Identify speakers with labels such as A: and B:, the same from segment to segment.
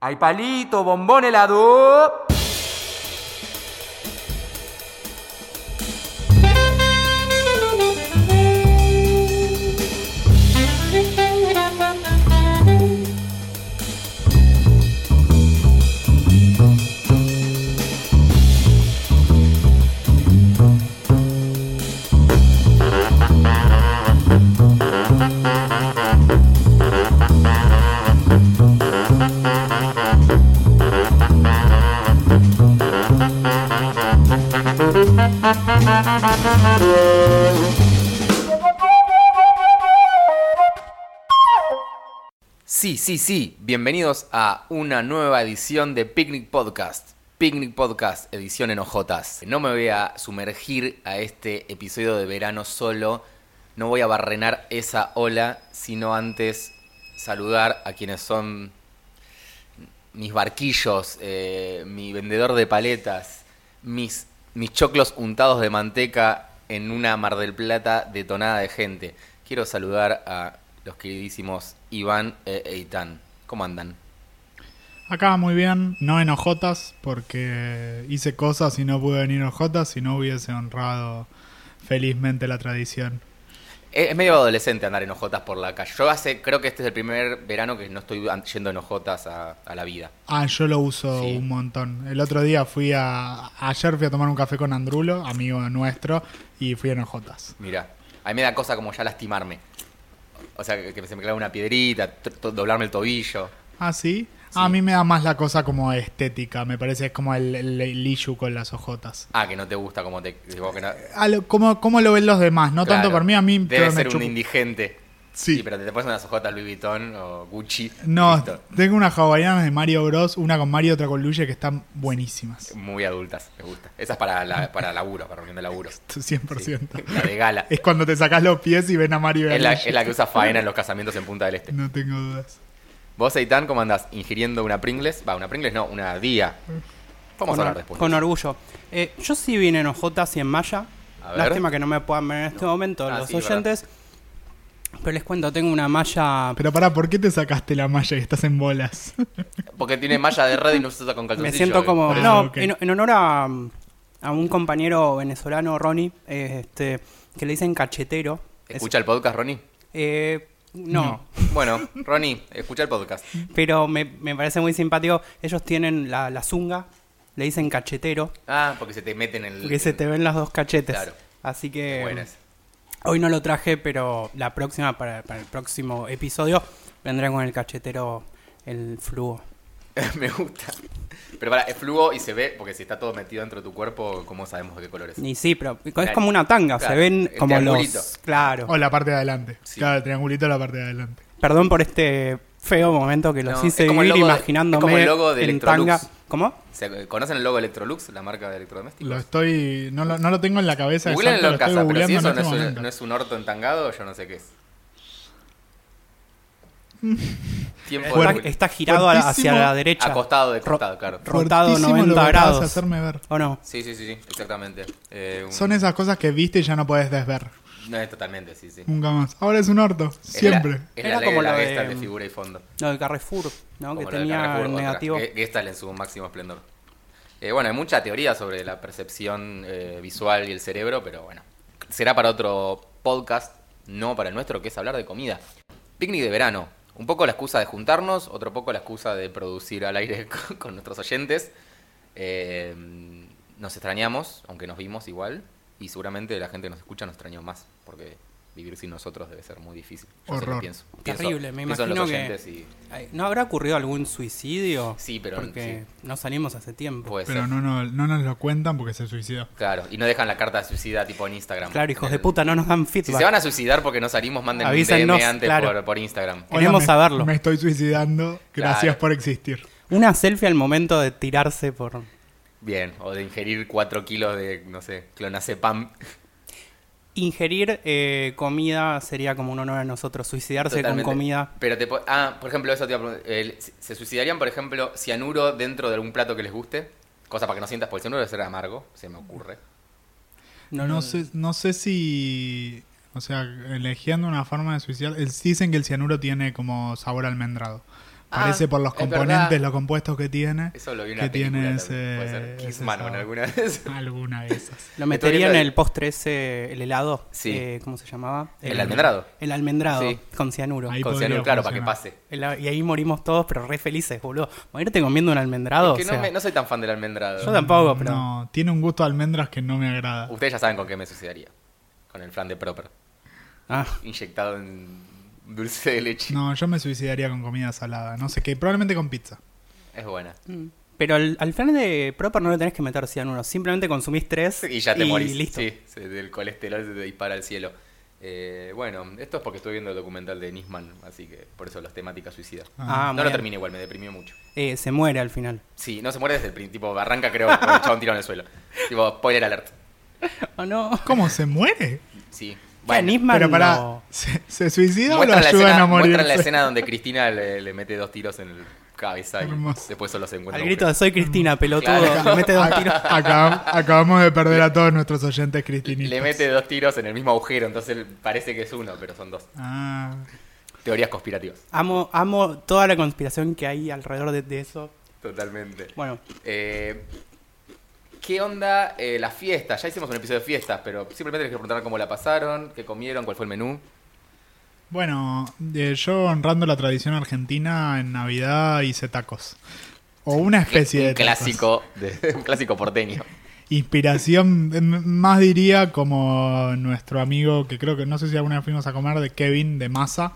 A: Hay palito, bombón, helado.
B: Sí, sí, sí. Bienvenidos a una nueva edición de Picnic Podcast. Picnic Podcast, edición en ojotas. No me voy a sumergir a este episodio de verano solo. No voy a barrenar esa ola, sino antes saludar a quienes son mis barquillos, eh, mi vendedor de paletas, mis, mis choclos untados de manteca en una Mar del Plata detonada de gente. Quiero saludar a los queridísimos Iván e Eitan. ¿Cómo andan?
C: Acá muy bien, no en ojotas, porque hice cosas y no pude venir a ojotas si no hubiese honrado felizmente la tradición.
B: Es es medio adolescente andar en ojotas por la calle. Yo hace, creo que este es el primer verano que no estoy an- yendo en ojotas a, a la vida.
C: Ah, yo lo uso
B: Sí.
C: un montón. El otro día fui a... Ayer fui a tomar un café con Andrulo, amigo nuestro, y fui en ojotas.
B: Mira, a mí me da cosa como ya lastimarme. O sea, que que se me clave una piedrita, to- to- doblarme el tobillo.
C: Ah, ¿sí? A mí me da más la cosa como estética, me parece es como el, el, el issue con las ojotas.
B: Ah, que no te gusta como te... digo que no-
C: A lo- ¿Cómo, ¿Cómo lo ven los demás? No
B: Claro.
C: tanto por mí, a mí
B: Debe
C: pero me
B: ser un
C: chupa-
B: indigente.
C: Sí.
B: pero te, te pones unas ojotas Louis Vuitton o Gucci.
C: No,
B: listo.
C: tengo unas hawaianas de Mario Bros, una con Mario, otra con Luye, que están buenísimas.
B: Muy adultas, me gusta. Esa es para, la, para laburo, para reunión de laburo.
C: 100%.
B: La de gala.
C: Es cuando te sacas los pies y ven a Mario y a
B: Es la,
C: Luigi.
B: es la que usa faena en los casamientos en Punta del Este.
C: No tengo dudas.
B: Vos, Eitan, ¿cómo andás? ¿Ingiriendo una Pringles? Va, una Pringles no, una día. Vamos a
D: Con,
B: hablar
D: or-
B: después.
D: con orgullo. Eh, yo sí vine en Ojotas y en Maya.
B: A ver.
D: Lástima que no me puedan ver en este momento
B: Ah,
D: los
B: sí,
D: oyentes. Pero les cuento, tengo una malla.
C: Pero pará, ¿por qué te sacaste la malla y estás en bolas?
B: Porque tiene malla de red y no se usa con
D: me
B: calzoncillo.
D: siento como.
C: Ah,
D: no,
C: ok.
D: en, en honor a, a un compañero venezolano, Ronnie, eh, este, que le dicen cachetero. Es-
B: ¿Escucha el podcast, Ronnie?
D: eh, no.
B: Bueno, Ronnie, escucha el podcast.
D: pero me, me parece muy simpático. Ellos tienen la, la zunga, le dicen cachetero,
B: Ah, porque se te meten en el...
D: porque se te ven las dos cachetes.
B: Claro.
D: Así que
B: Buenas.
D: hoy no lo traje, pero la próxima, para, para el próximo episodio, vendré con el cachetero el flujo.
B: me gusta. Pero para, es fluo y se ve, porque si está todo metido dentro de tu cuerpo, ¿cómo sabemos de qué color es?
D: Y sí, pero es como una tanga,
B: Claro,
D: se ven
B: el
D: como
B: triangulito.
D: los... Claro.
C: O la parte de adelante.
B: Sí.
C: Claro, el triangulito de la parte de adelante.
D: Perdón por este feo momento que los
B: No,
D: hice
B: es como el
D: vivir
B: logo de-
D: imaginándome
B: es como el logo de
D: en
B: Electrolux.
D: tanga. ¿Cómo?
B: ¿Se- ¿Conocen el logo de Electrolux, la marca de electrodomésticos?
C: Lo estoy. No lo, no lo tengo en la cabeza.
B: Googleen
C: exacto,
B: en la
C: lo
B: casa,
C: estoy
B: pero si eso
C: googleando en
B: no es,
C: este
B: un,
C: momento.
B: no es un orto entangado, yo no sé qué es. Tiempo
D: Está,
B: de-
D: está girado a la- hacia
C: Fuertísimo.
D: la derecha.
B: acostado de
D: Ro-
B: costado, claro.
D: Rotado
C: Fuertísimo
D: 90
C: lo que acabas de
D: grados.
C: hacerme ver.
D: ¿O no?
B: Sí, sí, sí, sí, exactamente. Eh, un-
C: Son esas cosas que viste y ya no podés desver.
B: No, es totalmente, sí, sí.
C: Nunca más. Ahora es un orto.
B: Es
C: Siempre.
B: la- Es la,
D: Era
B: ley
D: como
B: de la
D: lo de- mm,
B: Gestalt de... figura y fondo.
D: Lo del Carrefour, ¿no?
B: Como
D: que
B: lo de
D: tenía
B: Carrefour, otra.
D: negativo.
B: Ge- Gestalt en su máximo esplendor. Eh, bueno, hay mucha teoría sobre la percepción eh, visual y el cerebro, pero bueno. Será para otro podcast, no para el nuestro, que es hablar de comida. Picnic de verano. Un poco la excusa de juntarnos, otro poco la excusa de producir al aire con, con nuestros oyentes. Eh, nos extrañamos, aunque nos vimos igual. Y seguramente la gente que nos escucha nos extrañó más, porque vivir sin nosotros debe ser muy difícil. Yo sé que
C: Horror.
B: pienso. Pienso-
D: Terrible, me
B: pienso en
D: imagino
B: los oyentes
D: que...
B: y-
D: Ay, ¿No habrá ocurrido algún suicidio?
B: Sí, pero-
D: Porque no salimos hace tiempo.
B: Puede
C: Pero
B: ser.
C: no, no, no nos lo cuentan porque se suicidó.
B: Claro, y no dejan la carta de suicida tipo en Instagram.
D: claro, hijos
B: En
D: de
B: el-
D: puta, no nos dan
B: Si
D: feedback.
B: se van a suicidar porque no salimos, manden un
D: Avísennos,
B: DM antes
D: claro.
B: por, por Instagram.
C: Hola,
D: Queremos
C: me-
D: saberlo.
C: Me estoy suicidando. Gracias
B: Claro.
C: por existir.
D: Una selfie al momento de tirarse por...
B: Bien, o de ingerir 4 kilos de, no sé, clonazepam.
D: Ingerir eh, comida sería como un honor a nosotros. Suicidarse
B: Totalmente.
D: con comida.
B: Pero te po- Ah, por ejemplo, eso te iba a preguntar. El- ¿Se suicidarían, por ejemplo, cianuro dentro de algún plato que les guste? Cosa para que no sientas, porque el cianuro debe ser amargo, se me ocurre.
C: No, sé, no sé si. O sea, eligiendo una forma de suicidar. el- Dicen que el cianuro tiene como sabor almendrado. Parece por los
B: Ah, es
C: componentes,
B: verdad.
C: los compuestos que tiene.
B: Eso lo vi en
C: que
B: una película.
C: tiene
B: también,
C: ese,
B: puede ser.
C: ese
B: Kissman
C: sabor.
B: en alguna vez.
C: Alguna de esas.
D: Lo
B: Estoy
D: metería en
B: viendo el-
D: el postre ese, el helado.
B: Sí.
D: eh, ¿Cómo se llamaba?
B: El almendrado.
D: El almendrado,
B: Sí.
D: con cianuro.
C: Ahí
B: Con
C: podría
B: cianuro, claro, para que
C: funcionar.
B: pase.
D: El- y ahí morimos todos, pero re felices, boludo. Morirte comiendo un almendrado.
B: que
D: o
B: no,
D: sea,
B: me- no soy tan fan del almendrado.
D: Yo tampoco, pero.
C: No, tiene un gusto a almendras que no me agrada.
B: Ustedes ya saben con qué me suicidaría. Con el flan de Proper.
D: Ah,
B: Inyectado en dulce de leche.
C: No, yo me suicidaría con comida salada. No sé qué, probablemente con pizza.
B: Es buena.
D: mm. Pero al, al plan de proper no le tenés que meter cianuro. Simplemente consumís tres
B: Y ya te morís.
D: listo.
B: Sí, se- del colesterol se te dispara al cielo. Eh, bueno, esto es porque estoy viendo el documental de Nisman, así que por eso las temáticas suicidas.
D: Ah,
B: no
D: muy
B: lo
D: bien.
B: terminé igual, me deprimió mucho.
D: Eh, se muere al final.
B: Sí, no se muere desde el principio, tipo, arranca creo con el chabón tirado en el suelo. Tipo, spoiler alert.
D: Oh, no.
C: ¿Cómo se muere?
B: Sí.
D: Bueno,
B: Bueno,
C: Pero para,
D: no.
C: ¿se, se suicida o lo
B: muestran, la
C: ayudan
B: escena,
C: a morir?
B: muestran la escena donde Cristina le, le mete dos tiros en el cabeza y
C: Hermoso.
B: después solo se encuentra.
D: Al
B: un
D: grito de
B: objeto.
D: soy Cristina, pelotudo.
B: Claro.
D: le mete dos tiros.
C: acabamos de perder a todos nuestros oyentes cristinistas.
B: Le mete dos tiros en el mismo agujero, entonces parece que es uno, pero son dos.
C: Ah,
B: Teorías conspirativas.
D: Amo, amo toda la conspiración que hay alrededor de, de eso.
B: Totalmente.
D: Bueno,
B: Eh, ¿Qué onda eh, las fiestas? Ya hicimos un episodio de fiestas, pero simplemente les quiero preguntar cómo la pasaron, qué comieron, cuál fue el menú.
C: bueno, eh, yo honrando la tradición argentina, en Navidad hice tacos. O una especie
B: un
C: de tacos.
B: clásico, de- un clásico porteño.
C: Inspiración, m- más diría como nuestro amigo, que creo que no sé si alguna vez fuimos a comer, de Kevin de Masa,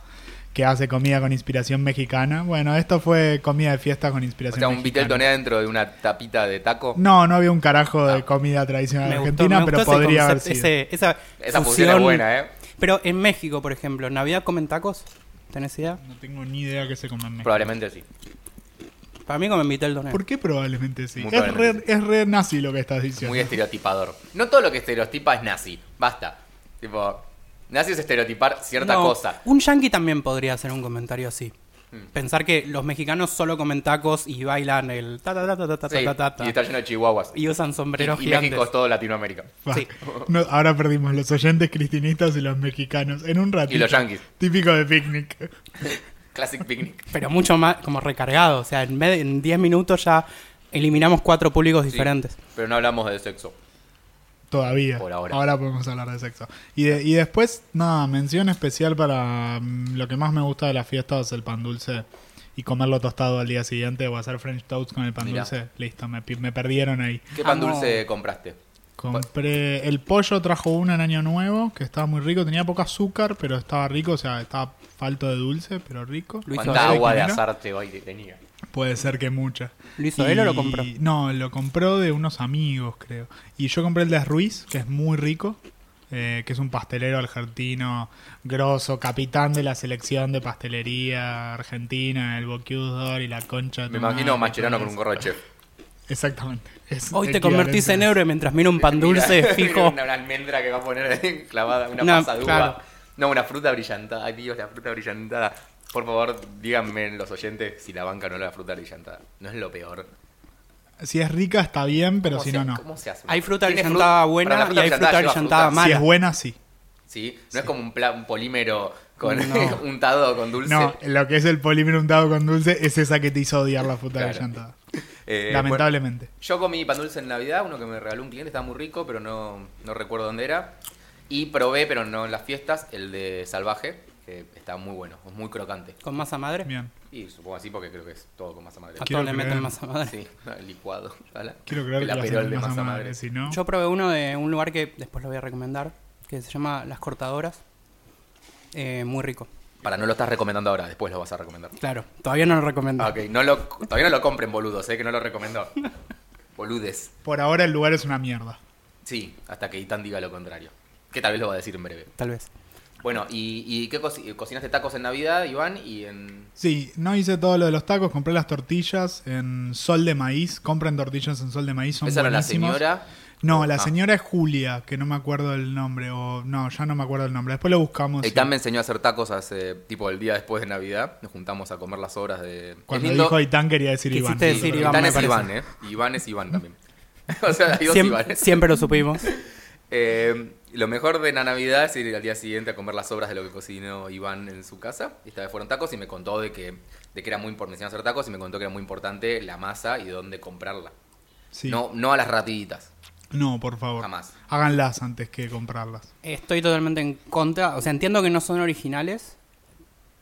C: que hace comida con inspiración mexicana. Bueno, esto fue comida de fiesta con
B: O
C: inspiración
B: sea, un vitel
C: mexicana.
B: toné dentro de una tapita de taco.
C: No, no había un carajo de
B: Ah.
C: comida tradicional
D: me gustó,
C: argentina,
D: me
C: pero
D: gustó ese
C: podría haber
D: concepto,
C: sido.
D: ese- esa,
B: Esa fusión es buena, ¿eh?
D: Pero en México, por ejemplo, ¿Navidad comen tacos? ¿Tenés idea?
C: No tengo ni idea que se come en México.
B: Probablemente sí.
D: Para mí comen vitel doné.
C: ¿Por qué probablemente sí?
B: Muy
C: es,
B: probablemente
C: re, es re nazi lo que estás diciendo.
B: Muy estereotipador. No todo lo que estereotipa es nazi. Basta. Tipo, nazi es estereotipar cierta
D: No,
B: cosa. Hmm.
D: Un yankee también podría hacer un comentario así. Pensar que los mexicanos solo comen tacos y bailan el ta ta ta ta ta ta
B: Sí,
D: ta ta ta
B: Y está lleno de chihuahuas.
D: y usan sombreros
B: Y- y
D: gigantes.
B: México es todo Latinoamérica.
C: Va.
D: Sí.
C: No, ahora perdimos los oyentes cristinistas y los mexicanos. En un ratito.
B: Y los yanquis.
C: Típico de picnic.
B: Classic picnic.
D: Pero mucho más como recargado. O sea, en vez de- en 10 minutos ya eliminamos cuatro públicos
B: Sí,
D: diferentes.
B: Pero no hablamos de sexo.
C: Todavía.
B: Por ahora.
C: podemos hablar de sexo. Y, de- y después, nada, mención especial para mm, lo que más me gusta de las fiestas, el pan dulce. Y comerlo tostado al día siguiente o hacer French toast con el pan
B: Mirá.
C: dulce. Listo, me, pi- me perdieron ahí.
B: ¿Qué pan
D: Amo.
B: dulce compraste?
C: Compré el pollo, trajo uno en Año Nuevo, que estaba muy rico. Tenía poco azúcar, pero estaba rico, o sea, estaba falto de dulce, pero rico.
D: Luis
B: ¿Cuánta
D: Orrego,
B: agua de
C: ¿no?
B: azarte hoy tenía?
C: Puede ser que mucha.
D: ¿Lo hizo él o lo compró?
C: No, lo compró de unos amigos, creo. Y yo compré el de Ruiz, que es muy rico, eh, que es un pastelero argentino grosso, capitán de la selección de pastelería argentina, el Bocuse d'Or y la concha. de
B: Me
C: tu
B: imagino
C: madre,
B: Macherano
C: todo
B: con
C: eso.
B: un gorro de chef.
C: Exactamente. Es
D: Hoy te convertís en
C: equivalente.
D: héroe mientras miro un pan dulce
B: Mira,
D: fijo.
B: Una, una almendra que va a poner clavada, una
D: Una-
B: pasa de uva.
D: claro.
B: No, una fruta brillantada. Ay, Dios, la fruta brillantada. Por favor, díganme los oyentes si la banca no la fruta brillantada. No es lo peor.
C: Si es rica está bien, pero
B: ¿Cómo
C: si
B: se-
C: no, no.
B: ¿Cómo se hace?
D: Hay fruta
B: ¿Tiene
D: brillantada
B: fru-
D: buena
B: Para la
D: y hay fruta
B: lleva
D: brillantada
B: fruta,
D: mala.
C: Si es buena, sí.
B: Sí, no es como un, pla- un polímero con
D: No.
B: untado con dulce.
C: No, lo que es el polímero untado con dulce es esa que te hizo odiar la fruta
B: Claro.
C: brillantada.
B: Eh, bueno,
C: Lamentablemente.
B: Yo comí pan dulce en Navidad, uno que me regaló un cliente, estaba muy rico, pero no, no recuerdo dónde era. Y probé, pero no en las fiestas, el de salvaje, que está muy bueno, es muy crocante.
D: ¿Con masa madre?
C: Bien.
B: Y supongo así porque creo que es todo con masa madre.
D: A
C: Quiero
D: todos le meten
C: creer.
D: Ah, masa madre.
B: Sí, licuado. ¿vale?
C: Quiero creer
B: El
C: que lo
B: aperol
C: hacen
B: de
C: más
B: masa
C: madre,
B: madre.
C: si no.
D: Yo probé uno de un lugar que después lo voy a recomendar, que se llama Las Cortadoras. Eh, muy rico.
B: Para, no lo estás recomendando ahora, después lo vas a recomendar.
D: Claro, todavía no lo recomiendo.
B: Ah, ok, no lo, todavía no lo compren, boludos, sé que no lo recomendó. Boludes.
C: Por ahora el lugar es una mierda.
B: Sí, hasta que Itán diga lo contrario. Que tal vez lo va a decir en breve.
D: Tal vez.
B: Bueno, ¿y, y qué coci- cocinaste tacos en Navidad, Iván? Y en.
C: Sí, no hice todo lo de los tacos, compré las tortillas en sol de maíz. Compren tortillas en sol de maíz, son
B: Esa era la
C: buenísimos.
B: señora.
C: No, la
B: Ah.
C: señora es Julia, que no me acuerdo el nombre, o no, ya no me acuerdo el nombre. Después lo buscamos.
B: Itán me enseñó a hacer tacos hace, tipo, el día después de Navidad. Nos juntamos a comer las horas de.
C: Cuando
B: Es lindo-
C: dijo Itán quería decir Iván.
D: Quisiste decir
B: Itán
D: Iván, me
B: es
D: parece.
B: Iván, ¿eh? Iván es Iván también. o sea, hay dos
D: Siem-
B: Ivanes.
D: siempre lo supimos.
B: Eh, lo mejor de la Navidad es ir al día siguiente a comer las sobras de lo que cocinó Iván en su casa. Esta vez fueron tacos y me contó de que, de que era muy importante hacer tacos y me contó que era muy importante la masa y dónde comprarla.
C: Sí.
B: No, no a las ratitas.
C: No, por favor.
B: Jamás.
C: Háganlas antes que comprarlas.
D: Estoy totalmente en contra. O sea, entiendo que no son originales,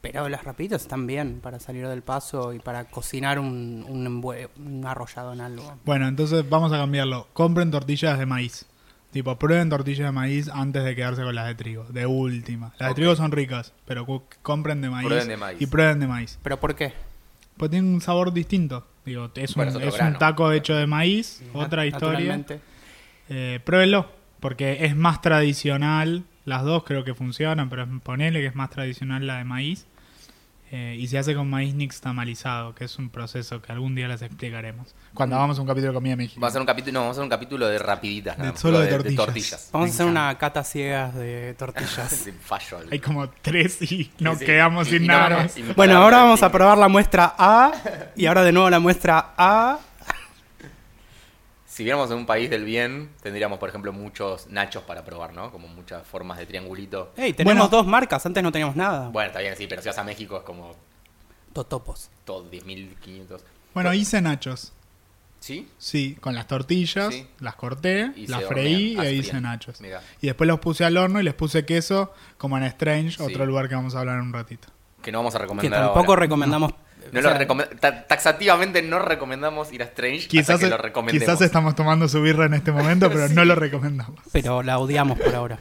D: pero las rapiditas están bien para salir del paso y para cocinar un, un, embue- un arrollado en algo.
C: Bueno, entonces vamos a cambiarlo. Compren tortillas de maíz. Tipo, prueben tortillas de maíz antes de quedarse con las de trigo. De última. Las de
B: Ok.
C: trigo son ricas, pero cu- compren de maíz,
B: Prueben de maíz.
C: y prueben de maíz.
D: ¿Pero por qué?
C: Pues tienen un sabor distinto. Digo, es un,
B: Bueno, es otro
C: es un
B: grano.
C: taco hecho de maíz, otra
D: Mm. Nat-
C: historia.
D: naturalmente.
C: Eh, pruébenlo, porque es más tradicional. Las dos creo que funcionan, pero es- ponele que es más tradicional la de maíz. Eh, y se hace con maíz nixtamalizado, que es un proceso que algún día les explicaremos.
B: Mm.
C: Cuando hagamos un capítulo de comida mexicana.
B: Va a ser un capítulo, no, vamos a hacer un capítulo de rapiditas. nada
C: De-
B: más,
C: solo de tortillas.
D: Vamos
C: Me
D: a hacer
C: encanta.
D: una cata ciegas de tortillas.
B: Sin fallo.
C: Hay como tres y nos
B: Sí, sí.
C: quedamos
B: Y-
C: sin
B: y no
C: nada
B: vamos-
C: más.
B: y no
D: bueno, ahora vamos a
B: sí.
D: probar la muestra A y ahora de nuevo la muestra A.
B: Si viéramos en un país del bien, tendríamos, por ejemplo, muchos nachos para probar, ¿no? Como muchas formas de triangulito.
D: Ey,
C: Bueno.
D: tenemos dos marcas, antes no teníamos nada.
B: Bueno, está bien, sí, pero si vas a México es como
D: Totopos.
B: todo 10.500.
C: Bueno, hice nachos.
B: ¿Sí?
C: Sí, con las tortillas,
B: Sí.
C: las corté,
B: Y
C: las
B: se
C: freí
B: hornean. Ah,
C: e
B: se
C: hice
B: frían.
C: nachos.
B: Mirá.
C: Y después los puse al horno y les puse queso, como en Strange,
B: Sí.
C: otro lugar que vamos a hablar en un ratito.
B: Que no vamos a
D: Que
B: recomendar
D: tampoco
B: ahora.
D: recomendamos.
B: No
D: o
B: lo
D: sea,
B: recome- ta- taxativamente no recomendamos ir a Strange hasta
C: Quizás,
B: que lo recomendemos.
C: quizás estamos tomando su birra en este momento, pero no lo recomendamos.
D: Pero la odiamos por ahora.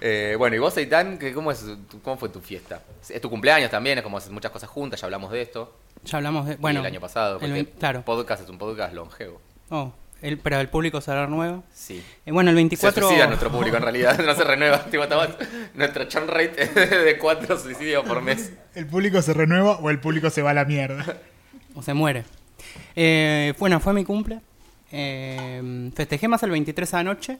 B: Eh, bueno, y vos, Aitán, ¿qué- cómo, es, tu- ¿cómo fue tu fiesta? Es tu cumpleaños también, es como haces muchas cosas juntas, ya hablamos de esto.
D: Ya hablamos de.
B: Bueno,
D: Bueno,
B: el año pasado,
D: el
B: porque
D: vein- claro.
B: podcast es un podcast longevo.
D: Oh, el- pero el público será nuevo.
B: Sí.
D: Eh, bueno, el
B: Se
D: 24.
B: suicida nuestro público en realidad, no se renueva. Tipo, estamos- nuestro churn rate es de 4 suicidios por mes.
C: ¿El público se renueva o el público se va a la mierda?
D: O se muere. Eh, bueno, fue mi cumple. Eh, festejé más el 23 a la noche.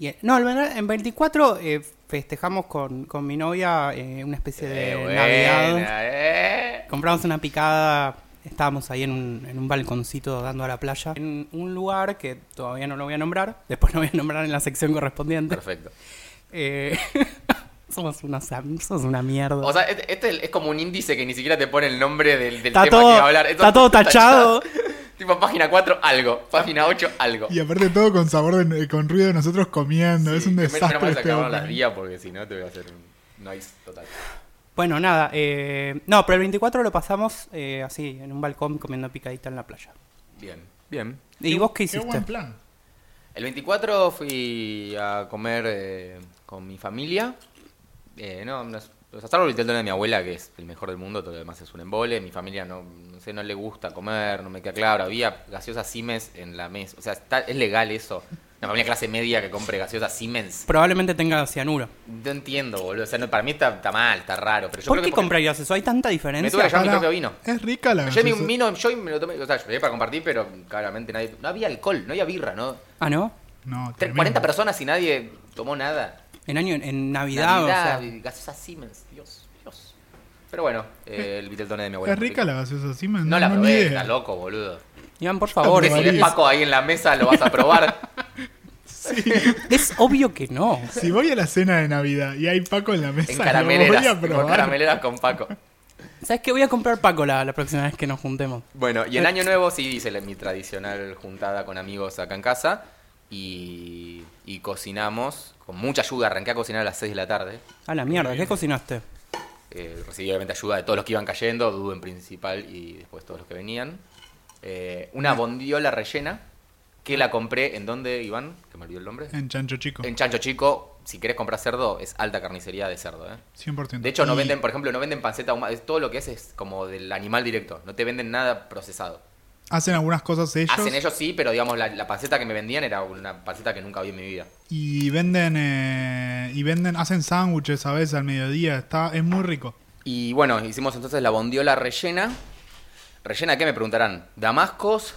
D: Y, eh, no, el ver- en 24 eh, festejamos con, con mi novia eh, una especie de
B: Eh,
D: Navidad.
B: buena, eh.
D: Compramos una picada. Estábamos ahí en un, en un balconcito dando a la playa. En un lugar que todavía no lo voy a nombrar. Después lo voy a nombrar en la sección correspondiente.
B: Perfecto.
D: Eh, somos, unos, somos una mierda.
B: O sea, este, este es como un índice que ni siquiera te pone el nombre del, del
D: Está
B: tema
D: todo-
B: que va a hablar. Esto
D: está todo tachado.
B: tipo, página 4, algo. Página 8, algo.
C: Y aparte todo con sabor, de- eh, con ruido de nosotros comiendo. es un
B: Primero-
C: desastre.
B: Primero me
C: este
B: acabaron las
C: documento.
B: días porque si no te voy a hacer un noise total.
D: Bueno, nada. eh, no, pero el 24 lo pasamos eh, así, en un balcón comiendo picadita en la playa.
B: Bien. Bien.
D: ¿Y vos qué
C: Qué buen
D: hiciste?
C: plan.
B: El 24 fui a comer eh, con mi familia. Eh, no, no es- o sea, salvo el telón de mi abuela, que es el mejor del mundo, todo lo demás es un embole. Mi familia no, no sé, no le gusta comer, no me queda claro. Había gaseosas Siemens en la mesa. O sea, está- es legal eso. Una familia clase media que compre gaseosas Siemens.
D: Probablemente tenga cianuro.
B: No entiendo, boludo. O sea, no, para mí está, está mal, está raro. Pero yo
D: ¿Por
B: creo que
D: qué
B: porque-
D: comprarías eso? ¿Hay tanta
B: Me tuve que
D: diferencia?
B: llevar mi
C: Pará,
B: propio vino.
C: Es rica la
B: Yo mi
C: gaseosa.
B: vino, yo me lo tomé, o sea, yo llevé para compartir, pero claramente nadie. No había alcohol, no había birra, ¿no?
D: Ah, ¿no?
C: No,
B: Tre-
C: tremendo.
B: 40 personas y nadie tomó nada.
D: En año, en Navidad, o sea.
B: y gaseosa Siemens, Dios, Dios. Pero bueno, eh, el Viteltoné de mi abuela.
C: Es rica la gaseosa, sí, man,
B: No la
C: ni
B: probé,
C: idea.
B: está loco, boludo.
D: Iván, por
B: Porque
D: favor.
C: Está
B: si
C: Maravilla.
B: ves Paco ahí en la mesa lo vas a probar.
D: Es obvio que no.
C: Si voy a la cena de Navidad y hay Paco en la mesa,
B: en
C: lo voy
B: carameleras.
C: a
B: Con
C: probar.
B: carameleras con Paco.
D: ¿Sabes qué? Voy a comprar Paco la, la próxima vez que nos juntemos.
B: Bueno, y el año nuevo sí hice la- mi tradicional juntada con amigos acá en casa. Y, y cocinamos con mucha ayuda. Arranqué a cocinar a las 6 de la tarde.
D: A la mierda, ¿qué cocinaste?
B: Eh, recibí obviamente ayuda de todos los que iban cayendo, Dudu en principal y después todos los que venían. Eh, una bondiola rellena que la compré en donde, Iván, que me olvidó el nombre.
C: En Chancho Chico,
B: En Chancho Chico, si querés comprar cerdo, es alta carnicería de cerdo. ¿eh?
C: 100%.
B: De hecho, no
C: Y
B: venden, por ejemplo, no venden panceta ahumada, es todo lo que es es como del animal directo, no te venden nada procesado.
C: Hacen algunas cosas ellos,
B: Hacen ellos sí, pero digamos, la, la panceta que me vendían era una panceta que nunca vi en mi vida.
C: y venden eh, y venden hacen sándwiches a veces al mediodía, está es muy rico.
B: Y bueno, hicimos entonces la bondiola rellena. ¿Rellena qué me preguntarán? Damascos,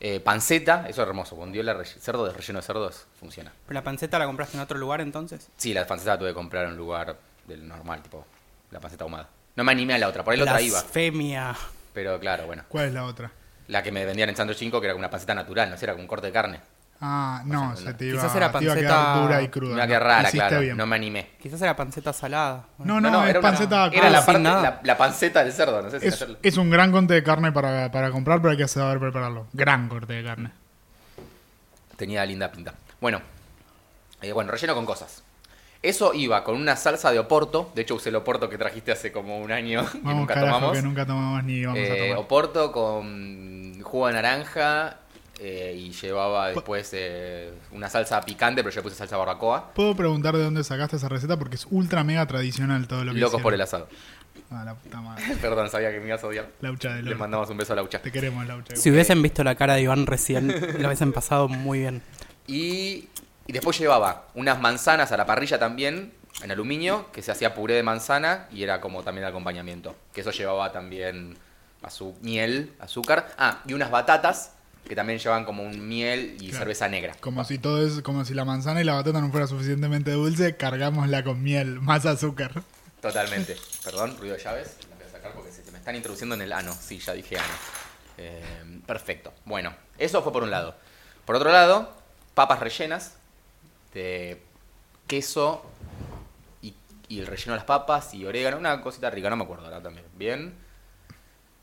B: eh, panceta, eso es hermoso, bondiola, relle- cerdo de relleno de cerdos, funciona.
D: ¿Pero la panceta la compraste en otro lugar entonces?
B: Sí, la panceta la tuve que comprar en un lugar del normal, tipo la panceta ahumada. No me animé a la otra, por ahí la otra iba.
D: Blasfemia.
B: Pero claro, bueno.
C: ¿Cuál es la otra?
B: La que me vendían en Sandro 5, que era una panceta natural, no sé, era con un corte de carne.
C: Ah,
B: O
C: no,
B: sea,
C: se
B: la-
C: te iba,
D: quizás era
C: te iba a
D: panceta-
C: quedar dura y cruda.
B: Mira qué
C: ¿no?
B: rara,
C: Hiciste
B: claro.
C: bien.
B: No me animé.
D: Quizás era panceta salada. Bueno,
C: No, no, es
B: era una-
C: panceta
B: Era
C: cruda.
B: la,
D: Sin
B: parte,
D: nada.
B: la, la panceta del cerdo, no sé si
C: es,
B: hacerlo.
C: es un gran corte de carne para, para comprar, pero hay que saber prepararlo. Gran corte de carne.
B: Tenía linda pinta. Bueno, eh, bueno, relleno con cosas. Eso iba con una salsa de oporto. De hecho, usé el oporto que trajiste hace como un año y
C: Vamos,
B: nunca
C: carajo,
B: tomamos.
C: que nunca tomamos ni vamos
B: Eh,
C: a tomar.
B: oporto con jugo de naranja eh, y llevaba después eh, una salsa picante, pero yo le puse salsa barbacoa.
C: Puedo preguntar de dónde sacaste esa receta porque es ultra mega tradicional todo lo que
B: Locos
C: hicieron.
B: por el asado.
C: Ah, la puta madre.
B: Perdón, sabía que me ibas a odiar.
C: Laucha de
B: Le
C: Loro.
B: mandamos un beso a la Ucha.
C: Te queremos, Laucha.
D: Si hubiesen visto la cara de Iván recién, lo hubiesen pasado muy bien.
B: Y, y después llevaba unas manzanas a la parrilla también, en aluminio, que se hacía puré de manzana y era como también acompañamiento. Que eso llevaba también azu- miel, azúcar. Ah, y unas batatas que también llevaban como un miel y
C: Claro.
B: cerveza negra.
C: Como si todo es, como si la manzana y la batata no fuera suficientemente dulce, cargámosla con miel, más azúcar.
B: Totalmente. Perdón, ruido de llaves. La voy a sacar porque se, se me están introduciendo en el ano. Sí, ya dije ano. Eh, perfecto. Bueno, eso fue por un lado. Por otro lado, papas rellenas de queso y, y el relleno de las papas y orégano. Una cosita rica, no me acuerdo ahora también. Bien.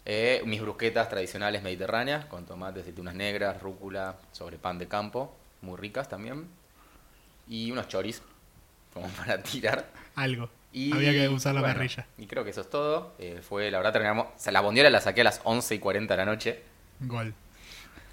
B: Eh, mis brusquetas tradicionales mediterráneas con tomates, aceitunas negras, rúcula, sobre pan de campo. Muy ricas también. Y unos choris como para tirar.
C: Algo.
B: Y,
C: Había que usar la
B: bueno,
C: parrilla.
B: Y creo que eso es todo. Eh, fue, la verdad, terminamos. O sea, la bondiola la saqué a las 11 y 40 de la noche.
C: Gol.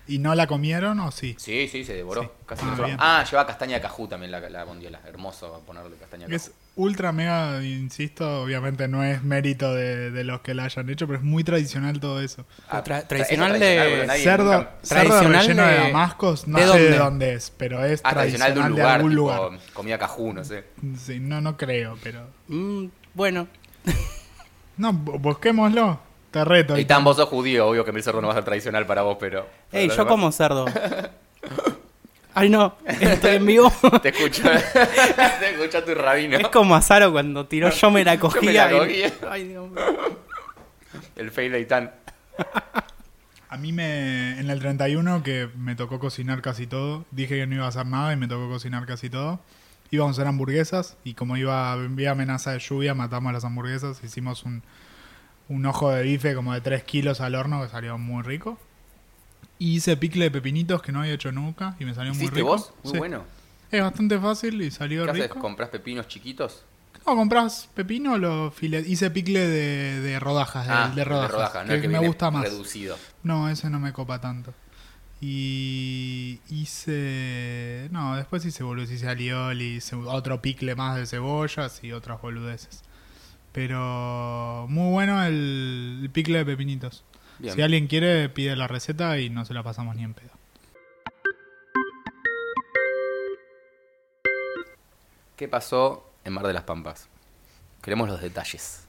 C: ¿Y no la comieron o sí?
B: Sí, sí, se devoró.
C: Sí.
B: Casi
C: Ah,
B: nosotros-
C: bien.
B: ah, lleva castaña de cajú también la, la bondiola. Hermoso ponerle castaña de
C: Es
B: cajú.
C: ultra mega, insisto, obviamente no es mérito de, de los que la hayan hecho, pero es muy tradicional todo eso.
B: Ah,
D: Tra-
B: o sea,
D: tradicional
B: eso es
D: de-
B: boludo, nadie
C: cerdo
B: nunca-
C: cerdo
D: Tradicional
C: relleno de
D: de-
C: Damascos, no
D: ¿de
C: sé de
D: dónde?
C: dónde es, pero es
B: Ah, tradicional
C: tradicional,
B: de un
C: de
B: lugar.
C: algún
B: tipo,
C: lugar.
B: Comida cajú, no sé.
C: Sí, no, no creo, pero.
D: Mm, bueno,
C: No, bu- busquémoslo. Te reto.
B: Y tan vos sos judío, obvio que el cerdo no va a ser tradicional para vos, pero. para
D: hey,
B: los
D: yo
B: demás.
D: como cerdo. Ay, no, estoy en vivo.
B: Te escucho. Te escucho tu rabino.
D: Es como Azaro cuando tiró, yo me la cogía.
B: Yo me la
D: y-
B: cogía.
D: Ay, Dios mío.
B: El fail de Itán.
C: A mí me, en el 31, que me tocó cocinar casi todo, dije que no iba a hacer nada y me tocó cocinar casi todo. Íbamos a hacer hamburguesas y como iba había amenaza de lluvia, matamos las hamburguesas, hicimos un, un ojo de bife como de 3 kilos al horno que salió muy rico. Y hice picle de pepinitos que no había hecho nunca y me salió muy
B: ¿Hiciste
C: rico.
B: vos? Muy
C: Sí.
B: bueno.
C: Es bastante fácil
B: ¿Qué
C: y salió
B: haces?
C: rico.
B: ¿Comprás pepinos chiquitos?
C: No, compras pepino, lo file... hice picle de, de rodajas, de, de rodajas,
B: Ah, no el
C: que
B: que
C: me
B: viene
C: gusta más.
B: Reducido.
C: No, ese no me copa tanto. Y hice. No, después hice boludeces. Hice alioli, hice otro picle más de cebollas y otras boludeces. Pero muy bueno el, el picle de pepinitos.
B: Bien.
C: Si alguien quiere, pide la receta y no se la pasamos ni en pedo.
B: ¿Qué pasó en Mar de las Pampas? Queremos los detalles.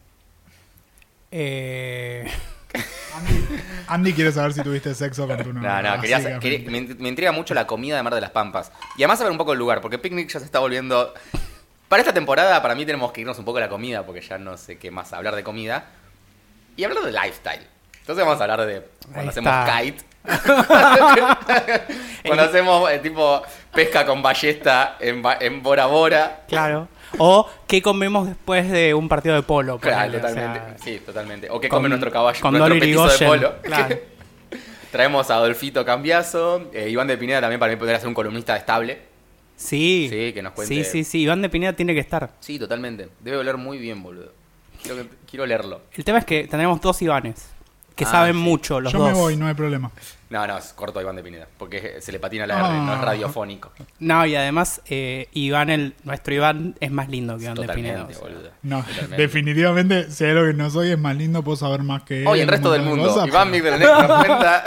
D: Eh,
C: Andy quiere saber si tuviste sexo con tu
B: No,
C: novia.
B: no, quería sa-
C: básicamente.
B: quería- me, int- me intriga mucho la comida de Mar de las Pampas. Y además saber un poco el lugar, porque Picnic ya se está volviendo... Para esta temporada, para mí tenemos que irnos un poco a la comida, porque ya no sé qué más hablar de comida. Y hablar de lifestyle. Entonces vamos a hablar de
D: Ahí
B: cuando hacemos
D: está.
B: kite. cuando hacemos eh, tipo pesca con ballesta en, ba- en Bora Bora.
D: claro. O qué comemos después de un partido de polo.
B: Claro,
D: ponele, o sea,
B: totalmente. sí, totalmente. O que
D: con-
B: come nuestro caballo,
D: Con
B: nuestro
D: Dolly
B: petizo de
D: Irigoyen,
B: polo.
D: Claro.
B: Traemos a Adolfito Cambiazo, eh, Iván de Pineda también para mí podría ser un columnista estable.
D: Sí.
B: Sí, que nos cuente.
D: Sí, sí, sí. Iván de Pineda tiene que estar.
B: Sí, totalmente. Debe oler muy bien, boludo. Quiero, que- quiero leerlo.
D: El tema es que tenemos dos Ivanes que
B: Ah,
D: saben
B: sí.
D: mucho los
C: Yo
D: dos.
C: me voy, no hay problema.
B: No, no, es corto Iván de Pineda, porque se le patina la R,
C: Ah.
B: no es radiofónico.
D: No, y además eh, Iván, el, nuestro Iván es más lindo que Iván
B: Totalmente,
D: de Pineda. o sea.
B: boludo.
C: No,
B: Totalmente.
C: definitivamente, si hay lo que no soy, es más lindo, puedo saber más que él.
B: Hoy el
C: un
B: resto del
C: montón de
B: mundo.
C: cosas,
B: Iván
C: pero-
B: Miguel nos cuenta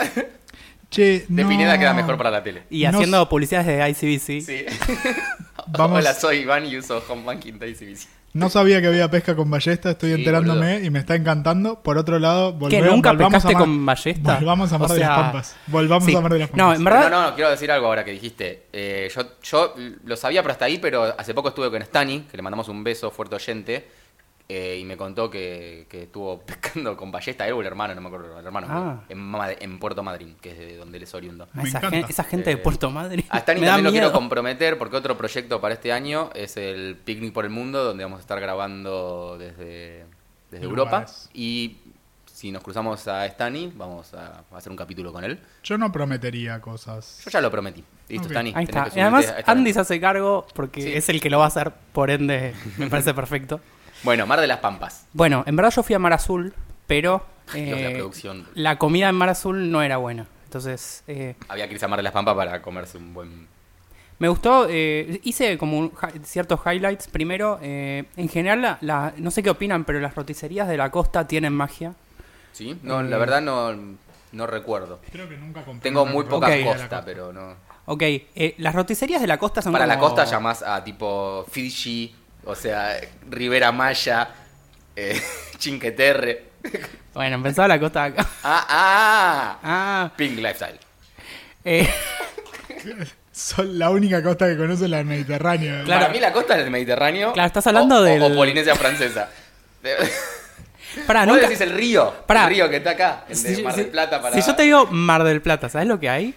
C: Che,
B: de
C: no.
B: Pineda queda mejor para la tele.
D: Y
C: No
D: haciendo
C: s-
D: publicidades de ICBC.
B: Sí.
C: Vamos.
B: Hola, soy Iván y uso Home Banking de ICBC.
C: No sabía que había pesca con ballesta, estoy
B: Sí,
C: enterándome
B: boludo.
C: y me está encantando. Por otro lado, volvemos,
D: nunca
C: volvamos
D: pescaste
C: a Mar-
D: con ballesta.
C: Volvamos a Mar
D: O
C: de las
D: sea,
C: Pampas. Volvamos
D: sí.
C: a Mar de las
D: No,
C: Pampas.
D: en
B: No,
D: verdad-
B: no, no, quiero decir algo ahora que dijiste. Eh, yo, yo lo sabía, pero hasta ahí, pero hace poco estuve con Stani, que le mandamos un beso fuerte oyente, eh, y me contó que, que estuvo pescando con ballesta, él o el hermano, no me acuerdo, el hermano,
D: Ah.
B: en, Mad- en Puerto Madryn, que es de donde él es oriundo.
D: A
C: Me
D: esa,
C: encanta.
D: gen- esa gente de
B: Eh,
D: Puerto Madre.
B: A Stani
D: me da
B: también lo quiero
D: miedo.
B: comprometer porque otro proyecto para este año es el Picnic por el Mundo, donde vamos a estar grabando desde, desde Europa.
C: Lugares.
B: Y si nos cruzamos a Stani, vamos a hacer un capítulo con él.
C: Yo no prometería cosas.
B: Yo ya lo prometí. Listo,
C: Ok.
B: Stani.
D: Ahí
B: tenés
D: está.
B: que
D: Y además,
B: subirte a esta
D: Andy se
B: nota.
D: hace cargo porque
B: Sí.
D: es el que lo va a hacer, por ende, me parece perfecto.
B: Bueno, Mar de las Pampas.
D: Bueno, en verdad yo fui a Mar Azul, pero
B: Dios, la
D: eh,
B: producción.
D: la comida en Mar Azul no era buena. Entonces, eh,
B: Había que irse a Mar de las Pampas para comerse un buen...
D: me gustó, eh, hice como un hi- ciertos highlights. Primero, eh, en general, la- la- no sé qué opinan, pero las roticerías de la costa tienen magia.
B: ¿Sí? No, la verdad no, no recuerdo.
C: Creo que nunca compré
B: Tengo
C: una
B: muy
C: cosa
B: poca
C: de la
B: costa, pero no...
D: Ok, eh, las roticerías de la costa son
B: Para la
D: como-
B: costa llamás a tipo Fiji, o sea, Rivera Maya, eh, Chinqueterre.
D: Bueno, pensaba la costa de acá.
B: Ah, ah,
D: Ah,
B: Pink Lifestyle.
D: eh,
C: Son la única costa que conocen la del Mediterráneo.
D: Claro.
B: Para mí la costa del Mediterráneo.
D: Claro, estás hablando
B: o, o-
D: del-
B: o Polinesia francesa. Eh,
D: pará,
B: Vos
D: nunca-
B: decís el río,
D: Pará.
B: el río que está acá, el de Mar del Plata para.
D: si yo te digo Mar del Plata, ¿sabes lo que hay?